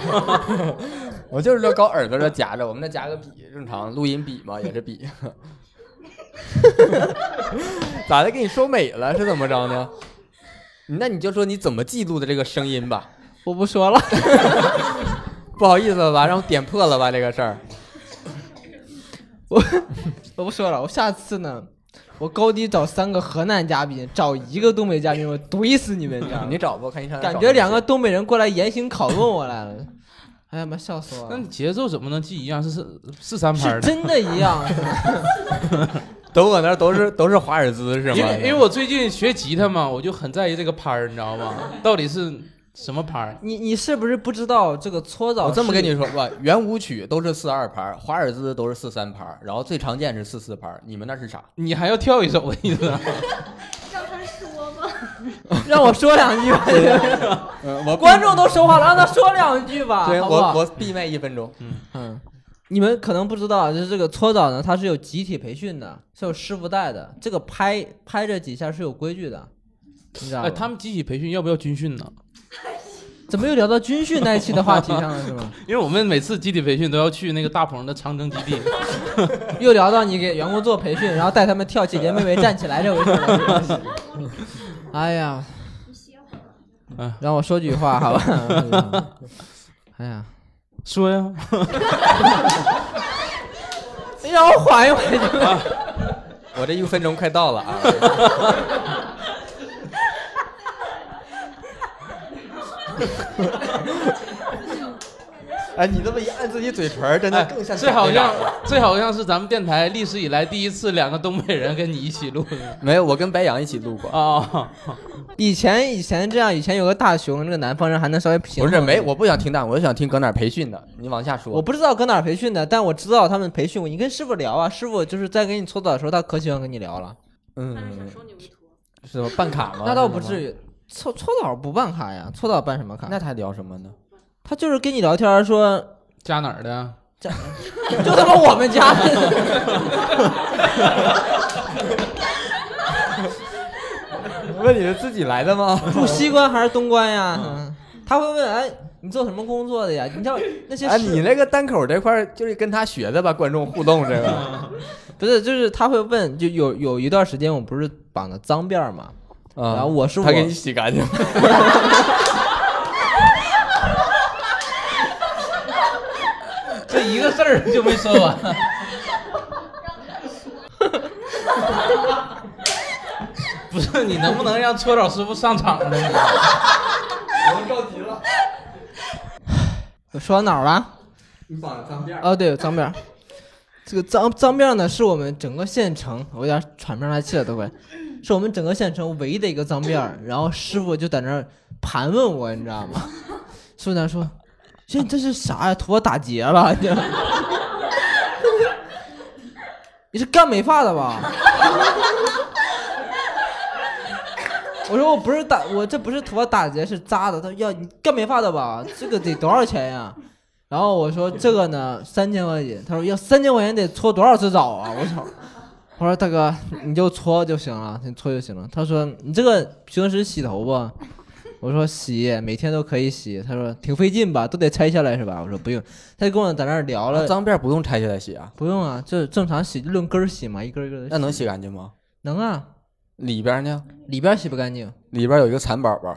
Speaker 2: 我就是说搞耳朵这夹着，我们那夹个笔，正常录音笔嘛，也是笔。 咋的？给你说美了是怎么着呢？那你就说你怎么记录的这个声音吧。
Speaker 4: 我不说了。
Speaker 2: 不好意思了吧，让我点破了吧这个事儿。
Speaker 4: 我我不说了，我下次呢，我高低找三个河南嘉宾，找一个东北嘉宾，我怼死 你们家！
Speaker 2: 你找吧，我看你上哪
Speaker 4: 感
Speaker 2: 找
Speaker 4: 觉
Speaker 2: 去
Speaker 4: 两个东北人过来严刑拷问我来了，哎呀妈，笑死我
Speaker 3: 那
Speaker 4: 了！
Speaker 3: 你节奏怎么能记一样？是是是三拍
Speaker 4: 是
Speaker 3: 儿的。
Speaker 4: 真的一样，啊
Speaker 2: 都搁那儿都是都是华尔兹是吗？
Speaker 3: 因为因为我最近学吉他嘛，我就很在意这个拍儿，你知道 吗？到底是什么拍儿？
Speaker 4: 你你是不是不知道这个搓澡？
Speaker 2: 我这么跟你，说吧，圆舞曲都是四二拍儿，华尔兹都是四三拍儿，然后最常见是四四拍儿，你们那是啥？
Speaker 3: 你还要跳一首的意思啊？
Speaker 5: 让他说吧。
Speaker 4: 让我说两句吧，
Speaker 2: 啊
Speaker 1: 呃，我
Speaker 4: 观众都说话了，让他说两句吧，
Speaker 2: 对
Speaker 4: 好不好
Speaker 2: 我我闭麦一分钟，
Speaker 4: 嗯，你们可能不知道啊，就是这个搓澡呢，它是有集体培训的，是有师傅带的，这个拍拍这几下是有规矩的，你知道吧？
Speaker 3: 哎，他们集体培训要不要军训呢？
Speaker 4: 怎么又聊到军训那一期的话题上了，是吗？
Speaker 3: 因为我们每次集体培训都要去那个大鹏的长征基地，
Speaker 4: 又聊到你给员工做培训，然后带他们跳姐姐妹妹站起来这回事了。哎呀，
Speaker 3: 嗯
Speaker 4: 让我说句话好吧？哎呀，
Speaker 3: 说呀，
Speaker 4: 让我缓一缓。
Speaker 2: 我这一分钟快到了啊。 哎，你这么一按自己嘴唇儿，真的更像
Speaker 3: 这
Speaker 2: 长
Speaker 3: 好
Speaker 2: 辈了
Speaker 3: 像这好像是咱们电台历史以来第一次两个东北人跟你一起录的
Speaker 2: 没有，我跟白羊一起录过，
Speaker 3: 啊。
Speaker 4: 以前以前这样，以前有个大熊，这个南方人还能稍微平衡。
Speaker 2: 不是没，我不想听大，我就想听搁哪儿培训的。你往下
Speaker 4: 我
Speaker 2: 说，
Speaker 4: 不知道搁哪儿培训的，但我知道他们培训过。你跟师傅聊啊，师傅就是在跟你搓澡的时候，他可喜欢跟你聊了。
Speaker 2: 嗯， 是吧？办卡吗？
Speaker 4: 那倒不至于，搓搓澡不办卡呀，搓澡办什么卡？
Speaker 2: 那他聊什么呢？
Speaker 4: 他就是跟你聊天儿说，
Speaker 3: 家哪儿的？啊
Speaker 4: 就他妈我们 家。
Speaker 2: 问你是自己来的吗？
Speaker 4: 住西关还是东关呀？他会问，哎，你做什么工作的呀？你知道那些
Speaker 2: 嗯哎，
Speaker 4: 师
Speaker 2: 你那个单口这块儿就是跟他学的吧？观众互动这 个，啊
Speaker 4: 不是就是他会问，就有有一段时间我不是绑的脏辫儿嘛，然后
Speaker 2: 啊，
Speaker 4: 我是我
Speaker 2: 他给你洗干净。
Speaker 3: 这一个事儿就没说完。 不是你能不能让搓澡师傅上场呢？
Speaker 4: 我说到哪儿了？
Speaker 2: 你绑脏辫儿
Speaker 4: 哦，对，脏辫儿。这个脏脏辫儿呢，是我们整个县城，我有点喘不上来气了，都快，是我们整个县城唯一的一个脏辫儿。然后师傅就在那儿盘问我，你知道吗？ 师傅在那说：“这这是啥呀？头发打结了？你你是干美发的吧？” 我说我不是打，我这不是头发打结，是扎的。他说要你干美发的吧？这个得多少钱呀？然后我说这个呢三千块钱，他说要三千块钱得搓多少次澡啊？我操！我说大哥你就搓就行了，你搓就行了。他说你这个平时洗头不？我说洗，每天都可以洗。他说挺费劲吧，都得拆下来是吧？我说不用。他就跟我在那儿聊了，
Speaker 2: 脏辫儿不用拆下来洗啊？
Speaker 4: 不用啊，就是正常洗，就论根儿洗嘛，一根儿一根儿的洗。
Speaker 2: 那能洗干净吗？
Speaker 4: 能啊，
Speaker 2: 里边儿呢？
Speaker 4: 里边儿洗不干净。
Speaker 2: 里边儿有一个蚕宝宝。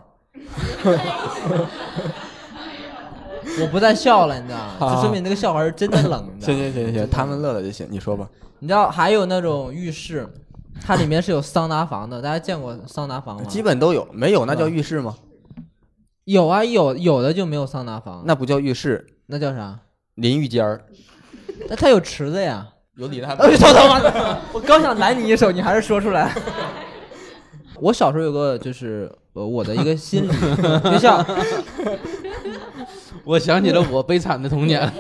Speaker 4: 我不再笑了，你知道吗？就说明那个笑话是真的冷
Speaker 2: 行
Speaker 4: 的。
Speaker 2: 行行行，他们乐了就行。你说吧，
Speaker 4: 你知道还有那种浴室，它里面是有桑拿房的，大家见过桑拿房吗？
Speaker 2: 基本都有，没有那叫浴室吗？
Speaker 4: 有啊，有有的就没有桑拿房，
Speaker 2: 那不叫浴室，
Speaker 4: 那叫啥？
Speaker 2: 淋浴间儿。
Speaker 4: 那它有池子呀。
Speaker 2: 有理他
Speaker 4: 哎，等等吧， 我刚想拦你一手，你还是说出来。 我小时候有个就是呃我的一个心 理学校，
Speaker 3: 我想起了我悲惨的童年了。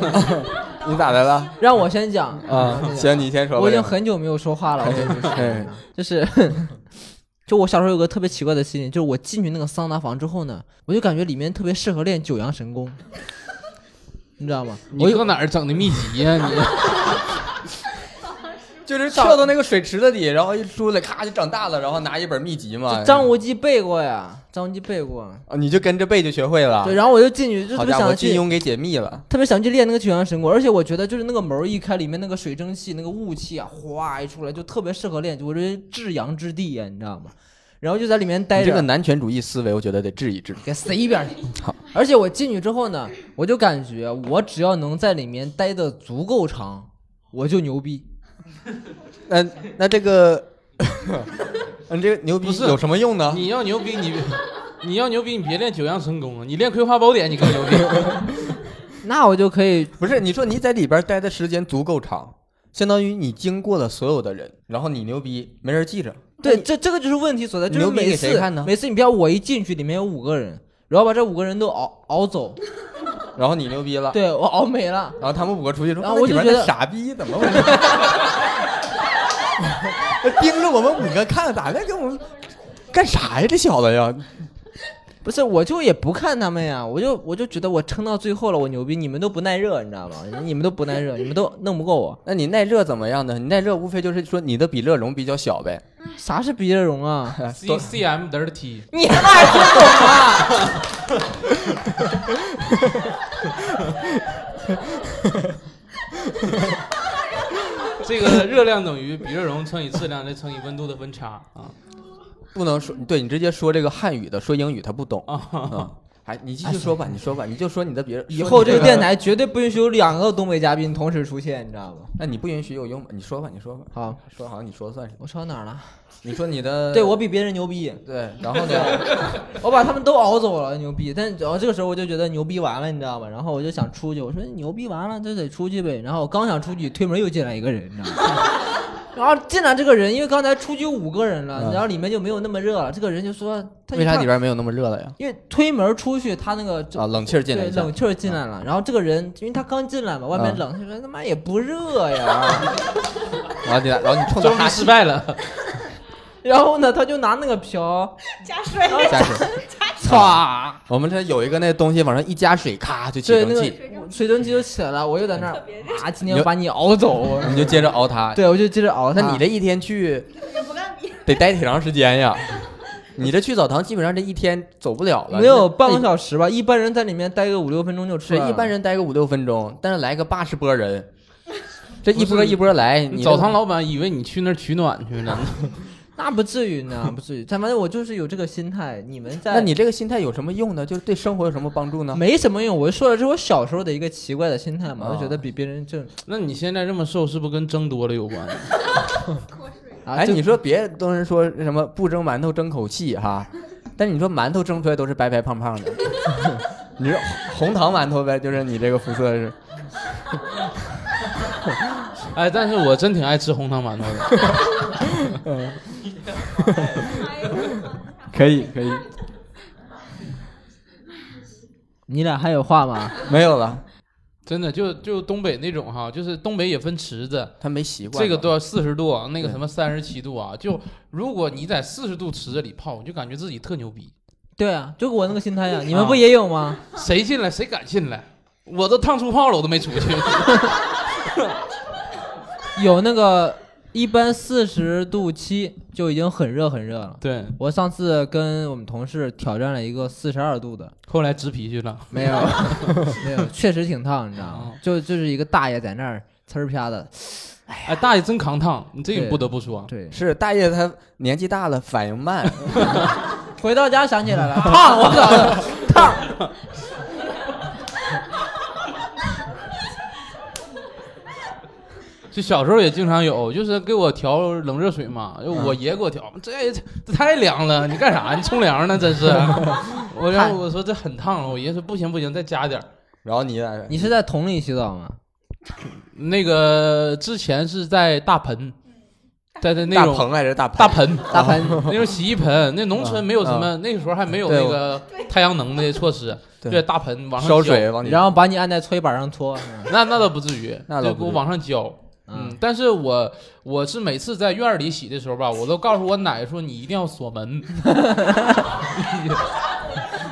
Speaker 2: 你咋的了？
Speaker 4: 让我先讲
Speaker 2: 啊，行，你先说吧。
Speaker 4: 我已经很久没有说话了，我跟你说
Speaker 2: 哎
Speaker 4: 就是 就我小时候有个特别奇怪的心理，就是我进去那个桑拿房之后呢，我就感觉里面特别适合练九阳神功， 你知道吗？我
Speaker 3: 你
Speaker 4: 有
Speaker 3: 搁哪儿整的秘籍呀、你
Speaker 2: 就是跳到那个水池子里，然后一出来，咔就长大了，然后拿一本秘籍嘛。
Speaker 4: 就张无忌背过呀，张无忌背过，
Speaker 2: 啊，你就跟着背就学会了
Speaker 4: 对，。然后我就进去，就特
Speaker 2: 好
Speaker 4: 别
Speaker 2: 家伙，
Speaker 4: 想
Speaker 2: 金
Speaker 4: 去。
Speaker 2: 庸给解密了。
Speaker 4: 特别想去练那个九阳神功，而且我觉得就是那个门儿一开，里面那个水蒸气、那个雾气啊，哗一出来，就特别适合练，我觉得至阳之地呀、你知道吗？然后就在里面待
Speaker 2: 你
Speaker 4: 着。
Speaker 2: 这个男权主义思维，我觉得得治一治。
Speaker 4: 给塞一边去。
Speaker 2: 好，
Speaker 4: 而且我进去之后呢，我就感觉我只要能在里面待的足够长，我就牛逼。
Speaker 2: 那那这 个，你这个牛逼
Speaker 3: 不是
Speaker 2: 有什么用呢？
Speaker 3: 你 要牛逼，你你要牛逼，你别练九阳神功啊，你练葵花宝典你更牛逼。
Speaker 4: 那我就可以，
Speaker 2: 不是，你说你在里边待的时间足够长，相当于你经过了所有的人，然后你牛逼，没人记着。
Speaker 4: 对，这这个就是问题所在，就是
Speaker 2: 牛逼
Speaker 4: 每
Speaker 2: 给
Speaker 4: 次
Speaker 2: 谁看呢
Speaker 4: 每次你不要我一进去里面有五个人，然后把这五个人都熬熬走，
Speaker 2: 然后你牛逼了，
Speaker 4: 对我熬没了。
Speaker 2: 然后他们五个出去说，
Speaker 4: 然后我就
Speaker 2: 那里边
Speaker 4: 觉得
Speaker 2: 那傻逼怎么回事？ 盯着我们五个看，咋的？给我们干啥呀？这小子呀，
Speaker 4: 不是，我就也不看他们呀，我就我就觉得我撑到最后了，我牛逼，你们都不耐热，你知道吗？你们都不 耐热，你们都弄不过我。
Speaker 2: 那你耐热怎么样呢？你耐热无非就是说你的比热容比较小呗。
Speaker 4: 啥是比热容啊？
Speaker 3: C C M dirty，
Speaker 4: 你他妈也不懂啊！
Speaker 3: 这个热量等于比热容乘以质量再乘以温度的温差 啊
Speaker 2: 不能说，对你直接说这个汉语的，说英语他不懂。
Speaker 4: 哦
Speaker 3: 啊！
Speaker 2: 嗯，哎，你继续说吧，你说吧，你就说你的比热。
Speaker 4: 以后这个
Speaker 2: 个
Speaker 4: 电，台绝对不允许有两个东北嘉宾同时出现，你知道吗？
Speaker 2: 那你不允许有用吗？你说吧，你说吧，
Speaker 4: 好，
Speaker 2: 说好像你说算是。
Speaker 4: 我说到哪儿了？
Speaker 2: 你说你的，
Speaker 4: 对我比别人牛逼，
Speaker 2: 对，然后呢？
Speaker 4: 我把他们都熬走了，牛逼！但然后这个时候我就觉得牛逼完了，你知道吗？然后我就想出去，我说牛逼完了就得出去呗。然后我刚想出去，推门又进来一个人，你知道吗？ 然后进来这个人，因为刚才出去五个人了，
Speaker 2: 嗯
Speaker 4: 然后里面就没有那么热了。这个人就说，他一
Speaker 2: 为啥
Speaker 4: 看
Speaker 2: 里？边没有那么热了呀？
Speaker 4: 因为推门出去，他那个就
Speaker 2: 啊，冷气儿进来
Speaker 4: 对
Speaker 2: 一下
Speaker 4: 冷。气儿进来了。然后这个人，因为他刚进来嘛，外面
Speaker 2: 嗯
Speaker 4: 冷，他说他妈也不热呀。
Speaker 2: 然后你，然后你冲着
Speaker 3: 装逼
Speaker 2: 他
Speaker 3: 失败了，
Speaker 4: 然后呢，他就拿那个瓢，
Speaker 5: 加水，
Speaker 2: 加水。
Speaker 4: 唰，
Speaker 2: 嗯我们这有一个那东西往上一加水，咔就起
Speaker 4: 对
Speaker 2: 蒸
Speaker 4: 那个
Speaker 2: 汽，
Speaker 4: 水蒸气就起来了。我又在那儿啊，今天
Speaker 2: 你
Speaker 4: 我
Speaker 2: 就
Speaker 4: 把你熬走。
Speaker 2: 你就接着熬它。
Speaker 4: 对，我啊就接着熬它。
Speaker 2: 那你这一天 去
Speaker 5: 也不干比。
Speaker 2: 得待挺长时间呀。你这去澡堂基本上这一天走不了了，
Speaker 4: 没有半个小时吧？一般人在里面待个五六分钟就出
Speaker 2: 是
Speaker 4: 来了。
Speaker 2: 一般人待个五六分钟，但是来个八十波人，这一波一波来，你
Speaker 3: 澡堂老板以为你去那儿取暖去 了呢。
Speaker 4: 那不至于呢，不至于。但反正我就是有这个心态。你们在
Speaker 2: 那你这个心态有什么用呢？就是对生活有什么帮助呢？
Speaker 4: 没什么用。我就说了，这是我小时候的一个奇怪的心态嘛，
Speaker 2: 啊
Speaker 4: 我就觉得比别人 正
Speaker 3: 那你现在这么瘦，是不是跟蒸多了有关？
Speaker 4: 啊。
Speaker 2: 哎，
Speaker 4: 就
Speaker 2: 你说别都人说什么不蒸馒头争口气哈，但你说馒头蒸出来都是白白胖胖的，你是红糖馒头呗？就是你这个肤色是
Speaker 3: 哎，但是我真挺爱吃红糖馒头的。
Speaker 2: 可以可以，
Speaker 4: 你俩还有话吗？
Speaker 2: 没有了，
Speaker 3: 真的，就就东北那种哈，就是东北也分池子，
Speaker 2: 他没习惯
Speaker 3: 这个
Speaker 2: 嘛
Speaker 3: 都要四十度，啊那个
Speaker 2: 对
Speaker 3: 什么三十七度啊。就 如果你在四十度池子里泡，你就感觉自己特牛逼，
Speaker 4: 对啊，就我那个心态呀。你们不也有吗？
Speaker 3: 谁进来谁敢进来，我都烫出泡了，我都没出去。
Speaker 4: 有那个一般四十度七就已经很热很热了。
Speaker 3: 对，
Speaker 4: 我上次跟我们同事挑战了一个四十二度的，
Speaker 3: 后来植皮去了。
Speaker 4: 没 有，没有，确实挺烫，你知道吗
Speaker 3: 哦？
Speaker 4: 就就是一个大爷在那儿呲儿啪的，
Speaker 3: 哎，大爷真扛烫，你这个
Speaker 4: 对
Speaker 3: 不得不说。啊
Speaker 4: 对，
Speaker 2: 是大爷他年纪大了，反应慢，
Speaker 4: 回到家想起来了， 烫，我操，烫。
Speaker 3: 就小时候也经常有，就是给我调冷热水嘛，就
Speaker 2: 嗯
Speaker 3: 我爷给我调，这这太凉了，你干啥？你冲凉呢？ 真是。我然后我说这很烫了，我爷说不行不行，再加点儿。
Speaker 2: 然后你在这
Speaker 4: 你是在桶里洗澡吗？
Speaker 3: 那个之前是在大盆，在在那
Speaker 2: 大
Speaker 3: 种
Speaker 2: 棚还是大
Speaker 3: 大
Speaker 2: 棚？
Speaker 3: 盆
Speaker 4: 大盆，
Speaker 3: 那种洗衣盆，那农
Speaker 2: 嗯
Speaker 3: 村没有什么，那个时候还没有那个太阳能的措施，
Speaker 2: 对
Speaker 3: 对大盆往上
Speaker 2: 烧
Speaker 3: 浇
Speaker 2: 水往里
Speaker 4: 然后哦把你按在搓衣板上搓，
Speaker 3: 那那倒不至于，
Speaker 2: 那倒
Speaker 3: 就给
Speaker 2: 不
Speaker 3: 我
Speaker 2: 至于
Speaker 3: 往上浇。
Speaker 4: 嗯
Speaker 3: 嗯，但是我我是每次在院儿里洗的时候吧，我都告诉我奶说你一定要锁门。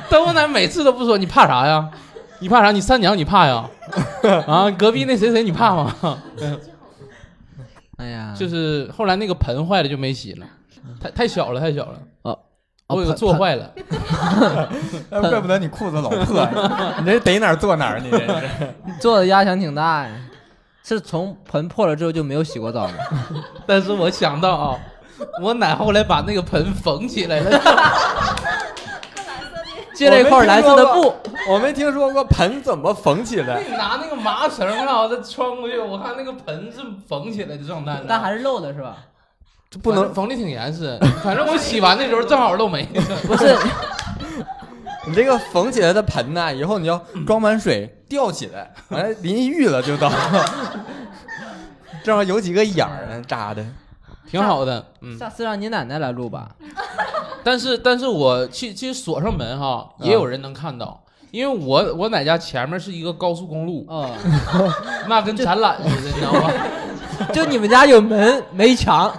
Speaker 3: 但我奶每次都不说，你怕啥呀？你怕啥？你三娘你怕呀？ 啊，隔壁那谁谁你怕吗？
Speaker 4: 哎呀，
Speaker 3: 就是后来那个盆坏了就没洗了，太太小了太小了，
Speaker 4: 哦
Speaker 3: 我有
Speaker 4: 盆
Speaker 3: 做坏了。
Speaker 1: 哎怪不得你裤子老破呀， 你这逮哪儿坐哪儿，你这是。
Speaker 4: 盆做的压强挺大呀。是从盆破了之后就没有洗过澡 吗？
Speaker 3: 但是我想到啊，我奶后来把那个盆缝起来了，
Speaker 4: 借了一块蓝色的布，
Speaker 2: 我没听说过盆怎么缝起 来，
Speaker 3: 拿那个麻绳啊，再穿过去，我看那个盆是缝起来的状态了，
Speaker 4: 但还是漏的是吧？
Speaker 2: 这不能，
Speaker 3: 缝的挺严实。反正我洗完的时候正好漏没了。
Speaker 4: 不是，
Speaker 2: 你这个缝起来的盆呐，以后你要
Speaker 1: 嗯
Speaker 2: 装满水吊起来，完了淋浴了 就到，正好有几个眼儿啊扎的。
Speaker 3: 挺好的，嗯。
Speaker 4: 下次让你奶奶来录吧。
Speaker 3: 但是但是我其其实锁上门哈，也有人能看到，因为我我奶家前面是一个高速公路，
Speaker 4: 哦，
Speaker 3: 那跟展览似的，你知道吗？
Speaker 4: 就你们家有门没 墙，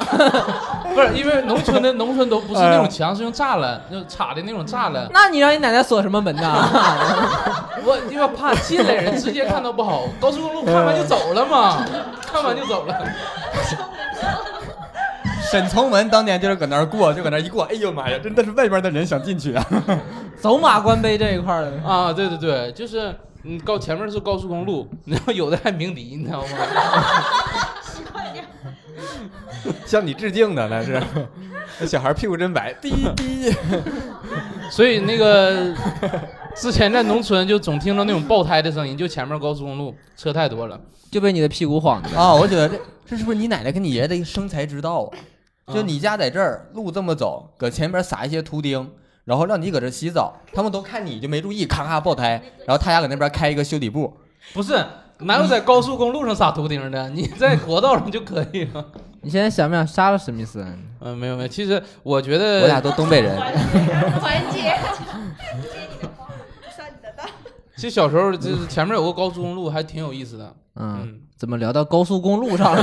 Speaker 3: 不是因为农村的农村都不是那
Speaker 1: 哎
Speaker 3: 种墙，是用栅栏，就插的那种栅栏。
Speaker 4: 那你让你奶奶锁什么门呐？
Speaker 3: 我因为怕进来人直接看到不好，高速公路看完就走了嘛，看完就走了。
Speaker 1: 沈从文当年就是搁那儿过，就搁那儿一过，哎呦妈呀，真的是外边的人想进去 啊！
Speaker 4: 走马观碑这一块儿的，
Speaker 3: 啊，对对对，就是嗯，高前面是高速公路， 然后有的还鸣笛，你知道吗？
Speaker 1: 向你致敬的那 是，那小孩屁股真白，滴滴。
Speaker 3: 所以那 个之前在农村就总听到那种爆胎的声音，就前面高速公路车太多了。
Speaker 4: 就被你的屁股晃的。
Speaker 2: 啊，我觉得这这是不是你奶奶跟你爷爷的一个生财之道啊？就你家在这儿路这么走，搁前边撒一些秃钉，然后让你搁这洗澡，他们都看你就没注意，咔咔爆胎，然后他家搁那边开一个修理部，
Speaker 3: 不是，哪有在高速公路上撒图钉 的？你在国道上就可以了。
Speaker 4: 你现在想不想杀了史密斯？
Speaker 3: 嗯，没有没有，其实我觉
Speaker 2: 我俩
Speaker 3: 得，
Speaker 2: 都东北人，
Speaker 5: 环节，接你的光，上你的当。
Speaker 3: 其实小时候就是前面有个高速公路，还挺有意思的。
Speaker 4: 嗯，
Speaker 3: 嗯，
Speaker 4: 怎么聊到高速公路上了？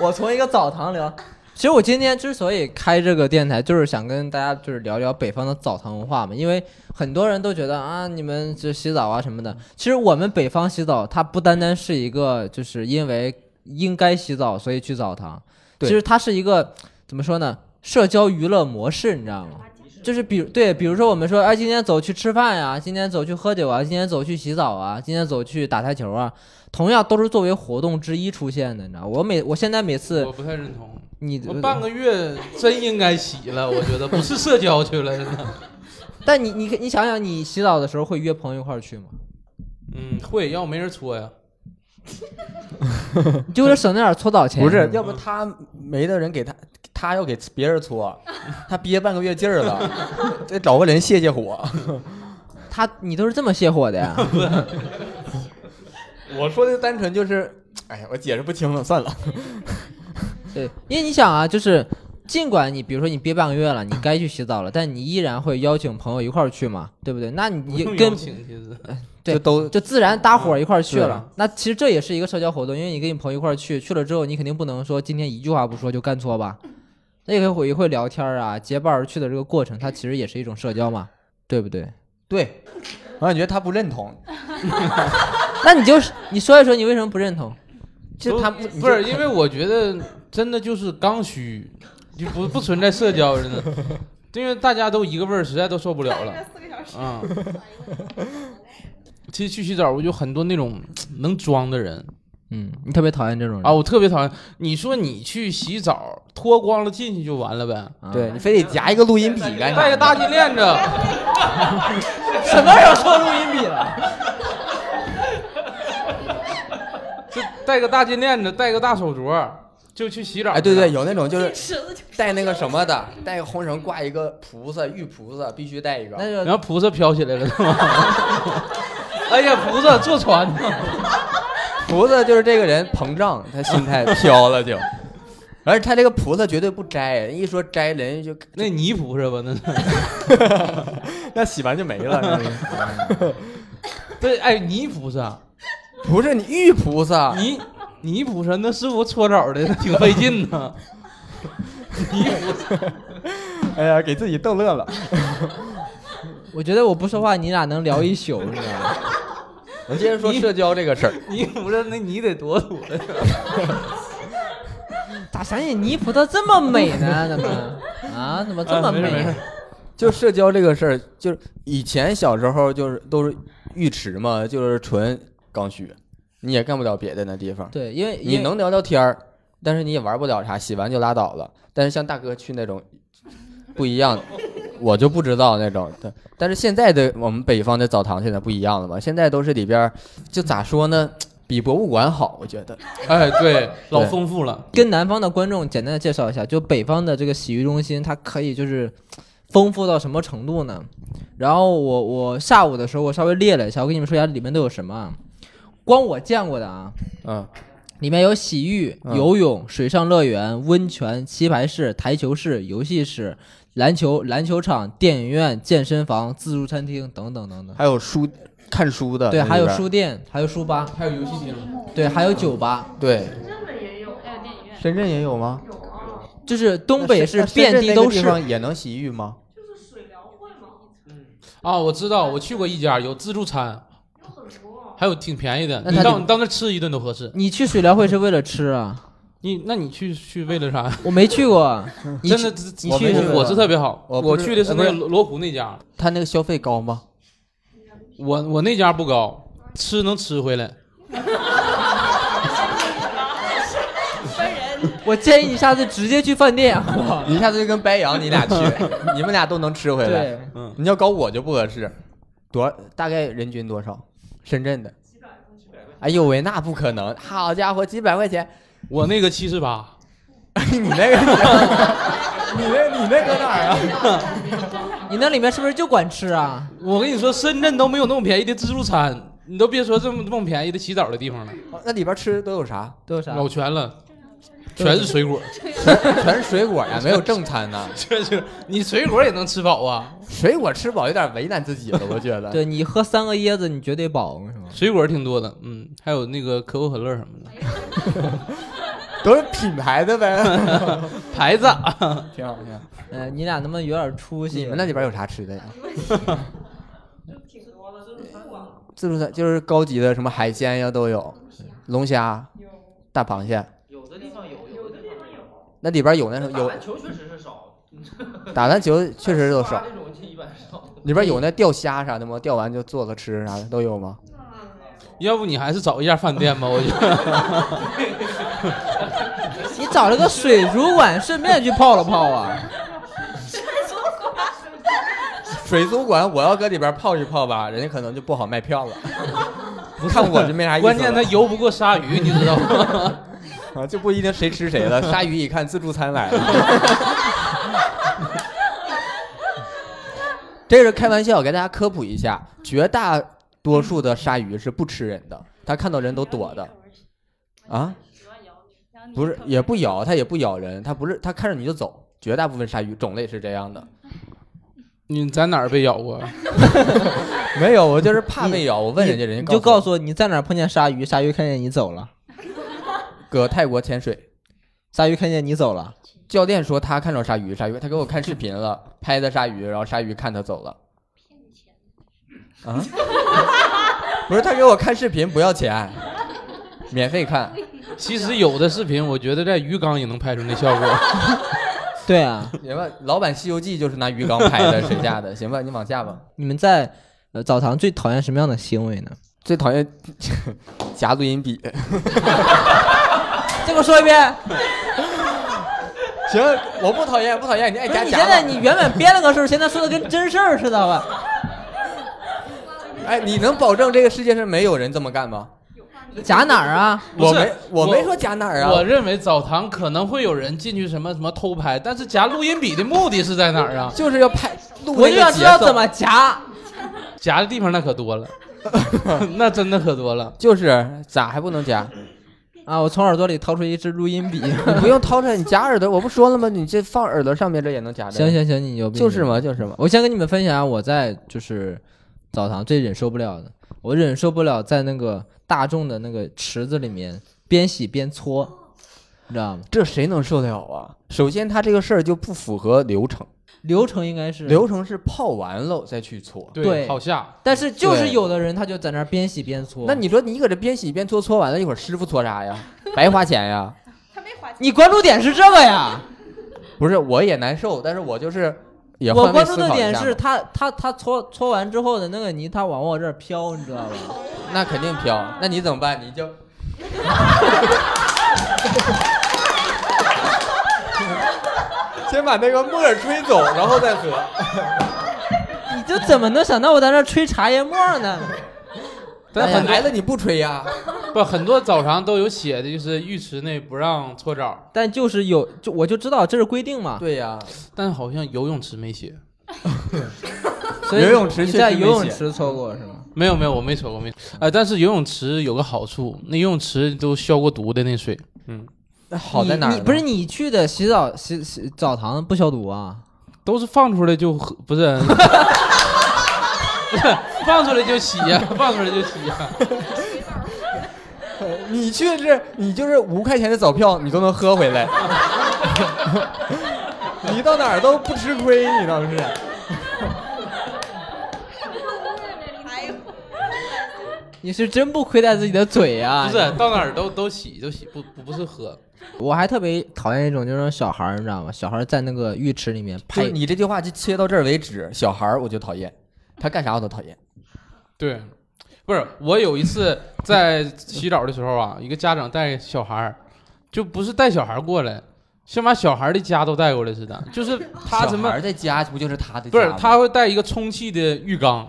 Speaker 4: 我从一个澡堂聊。其实我今天之所以开这个电台，就是想跟大家就是聊聊北方的澡堂文化嘛，因为很多人都觉得啊，你们就洗澡啊什么的。其实我们北方洗澡，它不单单是一个就是因为应该洗澡所以去澡堂，其
Speaker 2: 对
Speaker 4: 实它是一个怎么说呢，社交娱乐模式，你知道吗？就是比如对，比如说我们说，哎，今天走去吃饭呀、今天走去喝酒啊，今天走去洗澡啊，今天走去打台球啊，同样都是作为活动之一出现的，你知道吗？我每我现在每次
Speaker 3: 我不太认同。
Speaker 4: 你呃
Speaker 3: 我半个月真应该洗了，我觉得不是社交去了，真 的。
Speaker 4: 但你你你想想，你洗澡的时候会约朋友一块儿 去吗？
Speaker 3: 嗯，会，要没人搓呀。
Speaker 4: 你就为了省那点儿搓澡钱。
Speaker 2: 不是，要不他没的人给他，他要给别人搓，他憋半个月劲儿了，得找个人泄泄火。
Speaker 4: 他你都是这么泄火 的呀？
Speaker 2: 我说的单纯就是，哎呀，我解释不清了，算了。
Speaker 4: 对，因为你想啊，就是尽管你比如说你憋半个月了，你该去洗澡了，但你依然会邀请朋友一块儿去嘛，对不对？那
Speaker 3: 不
Speaker 4: 你
Speaker 3: 用邀
Speaker 4: 跟
Speaker 3: 请，其实
Speaker 4: 对
Speaker 2: 就都
Speaker 4: 就自然搭伙儿一块儿去
Speaker 2: 对
Speaker 4: 了。那其实这也是一个社交活动，因为你跟你朋友一块儿去，去了之后你肯定不能说今天一句话不说就干搓 吧，那也会也会聊天儿啊，结伴而去的这个过程，它其实也是一种社交嘛，对不对？
Speaker 2: 对，我感觉他不认同，
Speaker 4: 那你就是你说一说你为什么不认同？
Speaker 2: 就他
Speaker 3: 不不是因为我觉得真的就是刚需，就不不存在社交， 真的，因为大家都一个味儿，实在都受不了了。
Speaker 5: 四个小时，
Speaker 3: 啊，
Speaker 2: 嗯
Speaker 3: 其实去洗澡，我就很多那种能装的人
Speaker 4: 嗯，你特别讨厌这种人
Speaker 3: 啊，我特别讨厌。你说你去洗澡，脱光了进去就完了呗，
Speaker 4: 啊
Speaker 2: 对你非得夹一个录音笔干啥？
Speaker 3: 带个大金链子，
Speaker 4: 什么时候说录音笔了？
Speaker 3: 就带个大金链子，带个大手镯，就去洗澡。
Speaker 2: 哎，对对，，有那种就是
Speaker 7: 池子就
Speaker 2: 带那个什么的，带个红绳挂一个菩萨，玉菩萨必须带一个。
Speaker 4: 那
Speaker 3: 然
Speaker 4: 就
Speaker 3: 后菩萨飘起来了，是吗？哎呀，菩萨坐船呢。
Speaker 2: 菩萨就是这个人膨胀，他心 态飘了就。而且他这个菩萨绝对不摘，一说摘 人家就
Speaker 3: 那泥菩萨吧，那是
Speaker 1: 那洗完就没了。
Speaker 3: 对，哎，泥菩萨，
Speaker 2: 不是你玉菩萨，
Speaker 3: 泥泥菩萨，那师傅搓澡的挺费劲 呢。泥菩萨。
Speaker 1: 哎呀，给自己逗乐 了。
Speaker 4: 我觉得我不说话，你俩能聊一宿，你知道吗？
Speaker 2: 我接着说社交这个事儿。
Speaker 3: 你不是那你得多土了，
Speaker 4: 咋想起泥菩萨这么美呢？怎么啊？怎么这么
Speaker 3: 啊没事
Speaker 4: 美
Speaker 3: 没事？
Speaker 2: 就社交这个事儿，就是以前小时候就是都是浴池嘛，就是纯刚需，你也干不了别的那地方。
Speaker 4: 对，因为
Speaker 2: 你
Speaker 4: 因为
Speaker 2: 能聊聊天儿，但是你也玩不了啥，洗完就拉倒了。但是像大哥去那种不一样，我就不知道那种。但但是现在的我们北方的澡堂现在不一样了嘛，现在都是里边儿就咋说呢，比博物馆好，我觉得。
Speaker 3: 哎，对，老丰富了。
Speaker 4: 跟南方的观众简单的介绍一下，就北方的这个洗浴中心，它可以就是丰富到什么程度呢？然后我我下午的时候我稍微列了一下，我跟你们说一下里面都有什么啊。光我见过的啊，
Speaker 2: 嗯，
Speaker 4: 里面有洗浴、
Speaker 2: 嗯
Speaker 4: 游泳、水上乐园、温泉、棋牌室、台球室、游戏室、篮球篮球场、电影院、健身房、自助餐厅等等等等。
Speaker 2: 还有书看书的，
Speaker 4: 对，
Speaker 2: 嗯那里
Speaker 4: 还有
Speaker 2: 边儿
Speaker 4: 书店，还有书吧，
Speaker 3: 还有游戏厅，
Speaker 5: 呃
Speaker 4: 对，还有酒吧。
Speaker 2: 对。
Speaker 5: 日本也有，
Speaker 2: 深圳也有吗？
Speaker 5: 有啊，
Speaker 4: 就是东北是
Speaker 2: 那深
Speaker 4: 遍地都
Speaker 2: 那深圳那个地
Speaker 4: 是。
Speaker 2: 方也能洗浴吗？
Speaker 5: 就是水疗会嘛，
Speaker 3: 啊，我知道，我去过一家有自助餐，
Speaker 5: 有很多。
Speaker 3: 还有挺便宜的，
Speaker 4: 那
Speaker 3: 你
Speaker 4: 他
Speaker 3: 到
Speaker 4: 得
Speaker 3: 你到那儿吃一顿都合适。
Speaker 4: 你去水疗会是为了吃啊？
Speaker 3: 你那你去去为了啥？
Speaker 4: 我没去过， 你
Speaker 3: 真的
Speaker 4: 去，
Speaker 3: 你
Speaker 2: 我没
Speaker 3: 去
Speaker 2: 去过
Speaker 3: 伙食特别好，
Speaker 2: 我
Speaker 3: 我
Speaker 2: 不是
Speaker 3: 去的是那个
Speaker 2: 呃不
Speaker 3: 罗罗湖那家，
Speaker 2: 他那个消费高吗？
Speaker 3: 我我那家不高，吃能吃回来。
Speaker 4: 我建议你下次直接去饭店。我
Speaker 2: 你下次就跟白羊你 俩去，你们俩都能吃回 来。
Speaker 4: 对，
Speaker 2: 你要搞我就不合适，多大概人均多少？深圳的？哎呦喂，那不可能！好家伙，几百块钱，
Speaker 3: 我那个七十八，
Speaker 2: 你那个， 你那你那搁哪儿啊？
Speaker 4: 你那里面是不是就管吃啊？
Speaker 3: 我跟你说，深圳都没有那么便宜的自助餐，你都别说这么这么便宜的洗澡的地方了，
Speaker 2: 哦 那里边吃都有啥？
Speaker 4: 多少？
Speaker 3: 老全了，全是水 果，
Speaker 2: 全是水果呀，没有正餐 呐。
Speaker 3: 这是你水果也能吃饱 啊，
Speaker 2: 水果吃饱有点为难自己了，我觉得。
Speaker 4: 对你喝三个椰子，你绝对饱是 吗？
Speaker 3: 水果挺多的，嗯，还有那个可口可乐什么的，
Speaker 2: 都是品牌的呗。
Speaker 3: 牌子。 啊
Speaker 2: 挺好，挺好。
Speaker 4: 呃，你俩能不能有点出息？
Speaker 2: 你们那里边有啥吃的呀？
Speaker 5: 就挺多的，就是不管
Speaker 2: 自助餐就是高级的，什么海鲜呀都有，龙虾、
Speaker 5: 有
Speaker 2: 大螃蟹。
Speaker 6: 有的地方有，
Speaker 5: 有
Speaker 6: 的
Speaker 5: 的
Speaker 6: 地
Speaker 5: 地
Speaker 6: 方
Speaker 5: 方有，
Speaker 2: 那里边有那种有
Speaker 6: 篮球确实是少，啊
Speaker 2: 打篮球确实都少，
Speaker 6: 这种一般少。
Speaker 2: 里边有那钓虾啥的吗？钓完就做了吃啥的都有吗？
Speaker 3: 要不你还是找一家饭店吧，我 觉得。
Speaker 4: 你找了个水族 馆， 顺便去泡了泡啊。
Speaker 2: 水族馆我要搁里边泡一泡吧，人家可能就不好 卖票了。不看我就没啥意思了，
Speaker 3: 关键它游不过鲨鱼，你知道吗？
Speaker 2: 啊就不一定谁吃谁了。鲨鱼一看自助餐 来了，这是开玩笑，给大家科普一下，绝大多数的鲨鱼是不吃人的，它看到人都躲的。啊，不是也不咬，它也不咬人，它不是它看着你就走。绝大部分鲨鱼种类是这样的，
Speaker 3: 你在哪儿被咬过？啊
Speaker 2: 没有，我就是怕被咬。我问人家，人
Speaker 4: 你
Speaker 2: 家
Speaker 4: 就告
Speaker 2: 诉
Speaker 4: 诉我你在哪儿碰见鲨鱼，鲨鱼看见你走了，
Speaker 2: 我搁泰国潜水，
Speaker 4: 鲨鱼看见你走了。
Speaker 2: 教练说他看着鲨鱼，鲨鱼他给我看视频了，拍的鲨鱼，然后鲨鱼看他走了。啊？不是，他给我看视频不要钱，免费看。
Speaker 3: 其实有的视频，我觉得在鱼缸也能拍出那效果。
Speaker 4: 对啊，
Speaker 2: 行吧，老版《西游记》就是拿鱼缸拍的，谁家 的？行吧，你往下吧。
Speaker 4: 你们在呃澡堂最讨厌什么样的行为呢？
Speaker 2: 最讨厌 夹录音笔。
Speaker 4: 再给我说一遍。
Speaker 2: 行，我不讨厌，不讨厌，你爱
Speaker 4: 不
Speaker 2: 夹
Speaker 4: 是
Speaker 2: 夹
Speaker 4: 你
Speaker 2: 吧
Speaker 4: 现在你原本编了个事儿，现在说的跟真事儿似的吧？
Speaker 2: 哎，你能保证这个世界上没有人这么干吗？
Speaker 4: 夹哪儿啊？
Speaker 3: 不
Speaker 2: 我
Speaker 3: 是
Speaker 2: 没，我
Speaker 3: 我
Speaker 2: 没说夹哪儿啊。
Speaker 3: 我认为澡堂可能会有人进去什么什么偷拍，但是夹录音笔的目的是在哪 儿啊？
Speaker 2: 就是要拍录
Speaker 4: 我
Speaker 2: 那
Speaker 4: 就
Speaker 2: 个
Speaker 4: 想知
Speaker 2: 节
Speaker 4: 道
Speaker 2: 奏
Speaker 4: 怎么夹。
Speaker 3: 夹的地方那可多了，那真的可多了。
Speaker 2: 就是咋还不能夹？
Speaker 4: 啊！我从耳朵里掏出一支录音笔。
Speaker 2: 你不用掏出来，你夹耳朵，我不说了吗？你这放耳朵上面这也能夹的。
Speaker 4: 行，行行，你牛逼。
Speaker 2: 就是嘛，就是嘛。
Speaker 4: 我先跟你们分享啊我在就是澡堂最忍受不了的，我忍受不了在那个大众的那个池子里面边洗边搓，你知道吗？
Speaker 2: 这谁能受得了啊？首先，他这个事儿就不符合流程，
Speaker 4: 流程应该是，
Speaker 2: 流程是泡完了再去搓。
Speaker 4: 对
Speaker 3: 好下
Speaker 4: 但是就是
Speaker 2: 对
Speaker 4: 有的人他就在那儿边洗边搓。
Speaker 2: 那你说你搁这边洗边搓，搓完了一会儿师傅搓 啥呀？白花钱呀？
Speaker 5: 他没花钱，
Speaker 4: 你关注点是这个呀？
Speaker 2: 不是，我也难受，但是我就是也
Speaker 4: 我
Speaker 2: 换位
Speaker 4: 关注
Speaker 2: 思
Speaker 4: 的
Speaker 2: 考一
Speaker 4: 点
Speaker 2: 下
Speaker 4: 是
Speaker 2: 嘛，
Speaker 4: 他他他搓搓完之后的那个泥，他往我这儿飘，你知道 吧？
Speaker 2: 那肯定飘。那你怎么办？你就 先把那个沫儿吹走，然后再 喝。
Speaker 4: 哎你就怎么能想到我在那儿吹茶叶沫呢？
Speaker 3: 但很多
Speaker 2: 来了你不吹呀？
Speaker 3: 不很多澡堂都有写的，就是浴池内不让搓澡，
Speaker 4: 但就是有，就我就知道这是规定嘛。
Speaker 2: 对呀，
Speaker 3: 但好像游泳池没写。
Speaker 4: 所以
Speaker 2: 游泳池
Speaker 4: 你
Speaker 2: 确
Speaker 4: 在
Speaker 2: 实
Speaker 4: 游
Speaker 2: 没
Speaker 4: 泳
Speaker 2: 写
Speaker 4: 池搓过是吗？
Speaker 3: 没有没有，我没搓过没。哎、但是游泳池有个好处，那游泳池都消过毒的那水。嗯，
Speaker 2: 那好在哪儿
Speaker 4: 你
Speaker 2: 呢？
Speaker 4: 你不是你去的洗澡洗洗澡堂不消毒啊？
Speaker 3: 都是放出来就喝，不是， 不 是放出来就洗呀、放出来就洗呀、
Speaker 2: 你去的是你就是五块钱的早票，你都能喝回来。 你到哪儿都不吃亏，你倒是。
Speaker 4: 你是真不亏待自己的嘴
Speaker 2: 哎
Speaker 4: 啊！
Speaker 3: 不是到哪儿都都洗都洗，不不不是喝，
Speaker 4: 我还特别讨厌一种就是那种小孩儿，你知道吗？小孩儿在那个浴池里面
Speaker 2: 就
Speaker 4: 拍
Speaker 2: 是，你这句话就切到这儿为止。小孩儿我就讨厌，他干啥我都讨厌。
Speaker 3: 对，不是我有一次在洗澡的时候啊，一个家长带小孩儿，就不是带小孩儿过来，先把小孩儿的家都带过来似的，就是他怎
Speaker 2: 小
Speaker 3: 么
Speaker 2: 孩儿在家不就是他的家吗？
Speaker 3: 不是他会带一个充气的浴缸，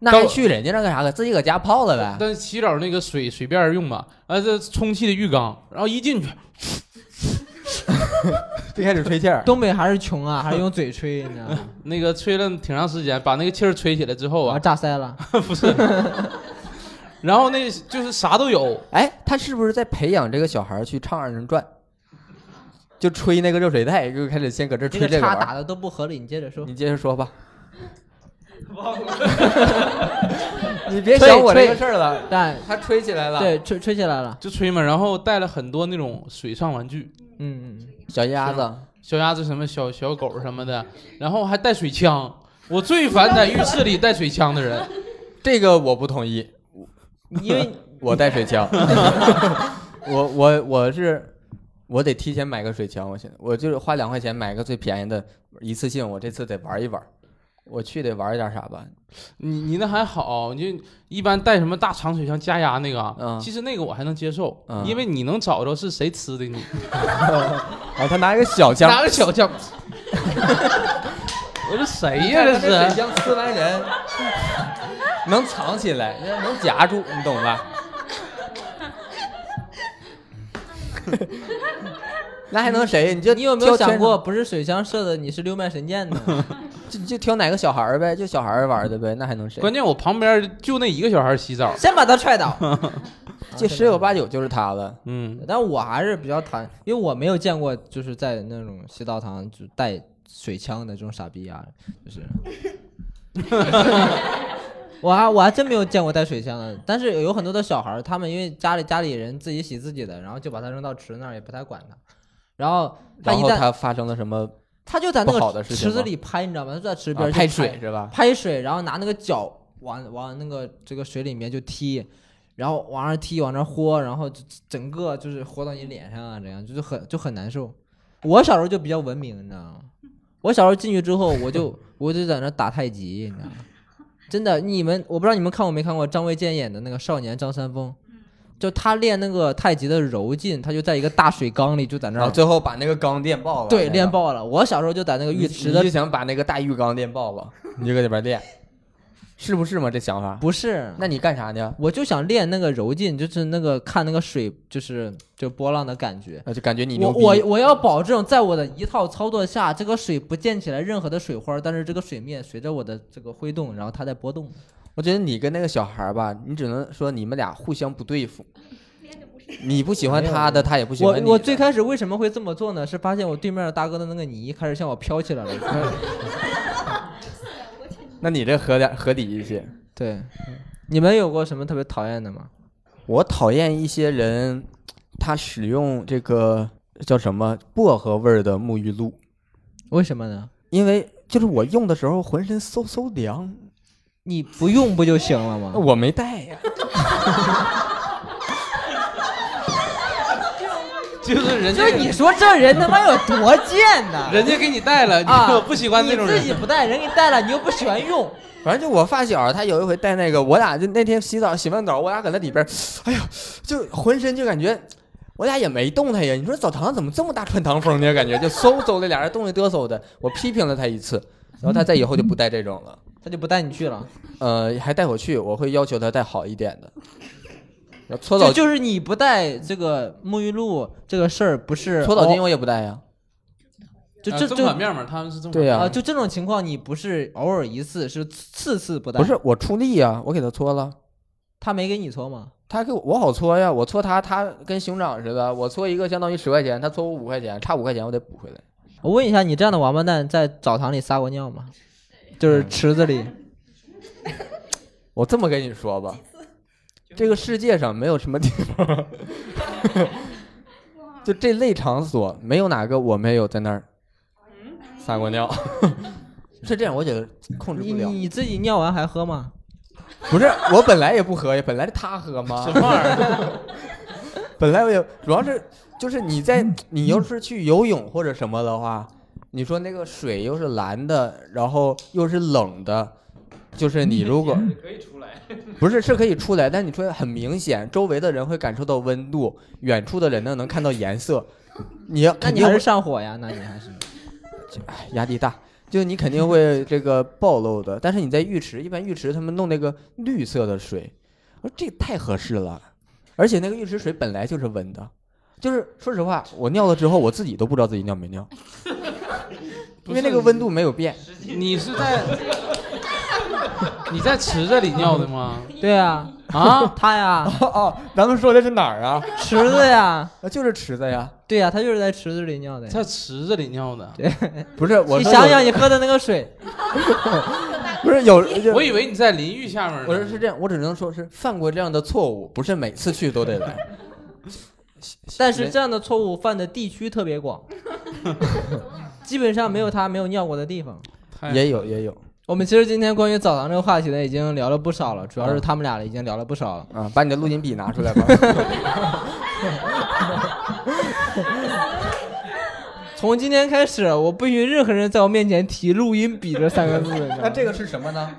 Speaker 2: 那还去人家那干啥？自己搁家泡了 呗。
Speaker 3: 但是洗澡那个水随便用嘛，啊这充气的浴缸，然后一进去
Speaker 2: 最开始吹气儿，
Speaker 4: 东北还是穷啊，还是用嘴吹，你知道吗？
Speaker 3: 那个吹了挺长时间，把那个气儿吹起来之后
Speaker 4: 我要
Speaker 3: 啊，
Speaker 4: 炸腮 了。
Speaker 3: 不是，然后那就是啥都有，
Speaker 2: 哎，他是不是在培养这个小孩儿去唱二人转？就吹那个热水袋，就开始先搁这儿
Speaker 4: 这
Speaker 2: 吹
Speaker 4: 个
Speaker 2: 这个
Speaker 4: 叉
Speaker 2: 玩
Speaker 4: 打
Speaker 2: 儿。
Speaker 4: 的都不合理，你接着说。
Speaker 2: 你接着说吧。你别想
Speaker 4: 吹
Speaker 2: 我这个
Speaker 4: 吹
Speaker 2: 事儿了，
Speaker 4: 但
Speaker 2: 他吹起来了。
Speaker 4: 对，吹吹起来了。
Speaker 3: 就吹嘛，然后带了很多那种水上玩具，
Speaker 4: 嗯嗯，
Speaker 2: 小鸭子，
Speaker 3: 小鸭子什么小小狗什么的，然后还带水枪。我最烦在浴室里带水枪的人，
Speaker 2: 这个我不同意，
Speaker 4: 因 为
Speaker 2: 我带水枪。 我我我是我得提前买个水枪，我现在我就是花两块钱买个最便宜的，一次性，我这次得玩一玩。我去得玩一点啥吧？
Speaker 3: 你你那还好，你就一般带什么大长水枪加压那个啊，
Speaker 2: 嗯
Speaker 3: 其实那个我还能接受，
Speaker 2: 嗯
Speaker 3: 因为你能找着是谁吃的你，
Speaker 2: 啊，他拿一个小枪，
Speaker 3: 拿个小枪，我说谁呀、这
Speaker 2: 这水
Speaker 3: 是？
Speaker 2: 枪呲完人，能藏起来，能夹住，你懂吧？ 那还能谁？你就
Speaker 4: 你有没有
Speaker 2: 挑
Speaker 4: 想
Speaker 2: 天
Speaker 4: 过，不是水枪射的，你是六脉神剑呢？
Speaker 2: 就就挑哪个小孩儿呗，就小孩儿玩儿的呗，那还能谁？
Speaker 3: 关键我旁边就那一个小孩洗澡，
Speaker 4: 先把他踹 倒。啊
Speaker 2: 这十有八九就是他了。
Speaker 3: 嗯，
Speaker 4: 但我还是比较讨厌，因为我没有见过就是在那种洗澡堂就带水枪的这种傻逼啊， 就是。我还我还真没有见过带水枪的，但是有很多的小孩儿，他们因为家里家里人自己洗自己的，然后就把它扔到池那儿，也不太管它。然后他
Speaker 2: 然
Speaker 4: 一
Speaker 2: 后
Speaker 4: 旦
Speaker 2: 他发生了什么
Speaker 4: 他就在
Speaker 2: 不好
Speaker 4: 那
Speaker 2: 的
Speaker 4: 个
Speaker 2: 事情
Speaker 4: 池
Speaker 2: 吗
Speaker 4: 子里拍，你知道吗？他就在池边
Speaker 2: 啊
Speaker 4: 儿就
Speaker 2: 拍水是吧？
Speaker 4: 拍水，然后拿那个脚往往那个这个水里面就踢，然后往上踢，往那豁，然后就整个就是豁到你脸上啊，这样就是很就很难受。我小时候就比较文明，你知道吗？我小时候进去之后，我就 我就在那打太极，你知道吗？真的，你们我不知道你们看过没看过张卫健演的那个《少年张三丰》，就他练那个太极的柔劲，他就在一个大水缸里就在那
Speaker 2: 然后
Speaker 4: 儿，
Speaker 2: 最后把那个缸嗯电爆了。
Speaker 4: 哦对，练。爆了。我小时候就在那个浴
Speaker 2: 你
Speaker 4: 池
Speaker 2: 你
Speaker 4: 的
Speaker 2: 就想把那个大浴缸练爆了，你就搁里边 练，是不是嘛？这想法？
Speaker 4: 不是，
Speaker 2: 那你干啥呢？
Speaker 4: 我就想练那个柔劲，就是那个看那个水，就是就波浪的感觉。
Speaker 2: 那呃就感觉你
Speaker 4: 我
Speaker 2: 牛逼。
Speaker 4: 我我要保证，在我的一套操作下，这个水不溅起来任何的水花，但是这个水面随着我的这个挥动，然后它在波动。
Speaker 2: 我觉得你跟那个小孩儿吧，你只能说你们俩互相不对付。你不喜欢他的，他也不喜欢
Speaker 4: 我
Speaker 2: 你的。
Speaker 4: 我最开始为什么会这么做呢？是发现我对面的大哥的那个泥开始向我飘起来 了。
Speaker 2: 那你这合点合理一些。
Speaker 4: 对，你们有过什么特别讨厌的吗？
Speaker 2: 我讨厌一些人，他使用这个叫什么薄荷味儿的沐浴露，
Speaker 4: 为什么呢？
Speaker 2: 因为就是我用的时候浑身嗖嗖凉，
Speaker 4: 你不用不就行了吗？
Speaker 2: 我没带呀、
Speaker 3: 就是人 家
Speaker 4: 就你说这人他妈有多贱呢？
Speaker 3: 嗯人家给你带了，你
Speaker 4: 啊
Speaker 3: 我，不喜欢那种
Speaker 4: 你自己
Speaker 3: 人，啊
Speaker 4: 不带，人给你带了，你又不喜欢用。
Speaker 2: 反正就我发小，他有一回带那个，我俩就那天洗澡洗完澡，我俩搁那里边儿，哎呀，就浑身就感觉，哎我俩也没动弹哎呀。你说澡堂怎么这么大穿堂风呢？感觉就嗖嗖的，俩人动的嘚瑟的。我批评了他一次，然后他在以后就不带这种了。
Speaker 4: 他就不带你去了，
Speaker 2: 呃，还带我去，我会要求他带好一点的。然后搓澡
Speaker 4: 就就是你不带这个沐浴露这个事儿，不是
Speaker 2: 搓澡巾
Speaker 4: 哦
Speaker 2: 我也不带呀。
Speaker 4: 就
Speaker 3: 啊
Speaker 4: 这
Speaker 3: 正
Speaker 4: 就
Speaker 3: 反面嘛，他们是正反
Speaker 2: 对呀
Speaker 4: 啊，就这种情况，你不是偶尔一次，是次次不带。
Speaker 2: 不是我出力呀，我给他搓了。
Speaker 4: 他没给你搓吗？
Speaker 2: 他给我我好搓呀，我搓他，他跟熊掌似的，我搓一个相当于十块钱，他搓我五块钱，差五块钱我得补回来。
Speaker 4: 我问一下，你这样的王八蛋在澡堂里撒过尿吗？嗯就是池子里，
Speaker 2: 我这么跟你说吧，这个世界上没有什么地方，就这类场所没有哪个我没有在那儿撒过尿。 是这样，我觉得控制
Speaker 4: 你
Speaker 2: 不了。
Speaker 4: 你自己尿完还喝吗？
Speaker 2: 不是，我本来也不喝呀，本来是他喝 嘛。
Speaker 3: 什么玩意儿？
Speaker 2: 本来我也主要是就是你在你要是去游泳或者什么的话，你说那个水又是蓝的，然后又是冷的，就是你如果
Speaker 6: 可以出来，
Speaker 2: 不是是可以出来，但你出来很明显，周围的人会感受到温度，远处的人呢能看到颜色，你
Speaker 4: 那
Speaker 2: 肯
Speaker 4: 你
Speaker 2: 定
Speaker 4: 还
Speaker 2: 会
Speaker 4: 是上火呀？那你还是
Speaker 2: 哎压力大。就你肯定会这个暴露的，但是你在浴池，一般浴池他们弄那个绿色的水，我说这太合适了，而且那个浴池水本来就是温的，就是说实话，我尿了之后我自己都不知道自己尿 没尿，因为那个温度没有变，
Speaker 3: 你是在你在池子里尿的吗？
Speaker 4: 对啊
Speaker 3: 啊，
Speaker 4: 他 呀，
Speaker 1: 哦哦，咱们说的是哪儿啊？
Speaker 4: 池子呀，
Speaker 2: 啊就是池子呀，
Speaker 4: 对呀，他就是在池子里尿的呀。
Speaker 3: 在池子里尿的。
Speaker 2: 不是我
Speaker 4: 你
Speaker 2: 说
Speaker 4: 想
Speaker 2: 有
Speaker 4: 想，你喝的那个水，
Speaker 2: 不是有，有
Speaker 3: 我以为你在淋浴下面呢。
Speaker 2: 我说是这样，我只能说是犯过这样的错误，不是每次去都得来，
Speaker 4: 但是这样的错误犯的地区特别广，基本上没有他没有尿过的地方。
Speaker 1: 哎
Speaker 3: 太
Speaker 2: 也有也有
Speaker 4: 我们其实今天关于澡堂这个话题呢，已经聊了不少了，主要是他们俩已经聊了不少了。
Speaker 2: 啊，把你的录音笔拿出来吧，
Speaker 4: 从今天开始，我不许任何人在我面前提“录音笔”这三个字。
Speaker 2: 那这个是什么呢？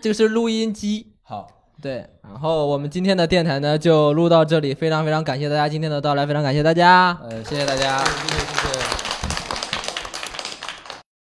Speaker 4: 这个是录音机。
Speaker 2: 好，
Speaker 4: 对，然后我们今天的电台呢就录到这里，非常非常感谢大家今天的到来，非常感谢大家。
Speaker 2: 呃，谢谢大家。
Speaker 3: 谢谢谢谢。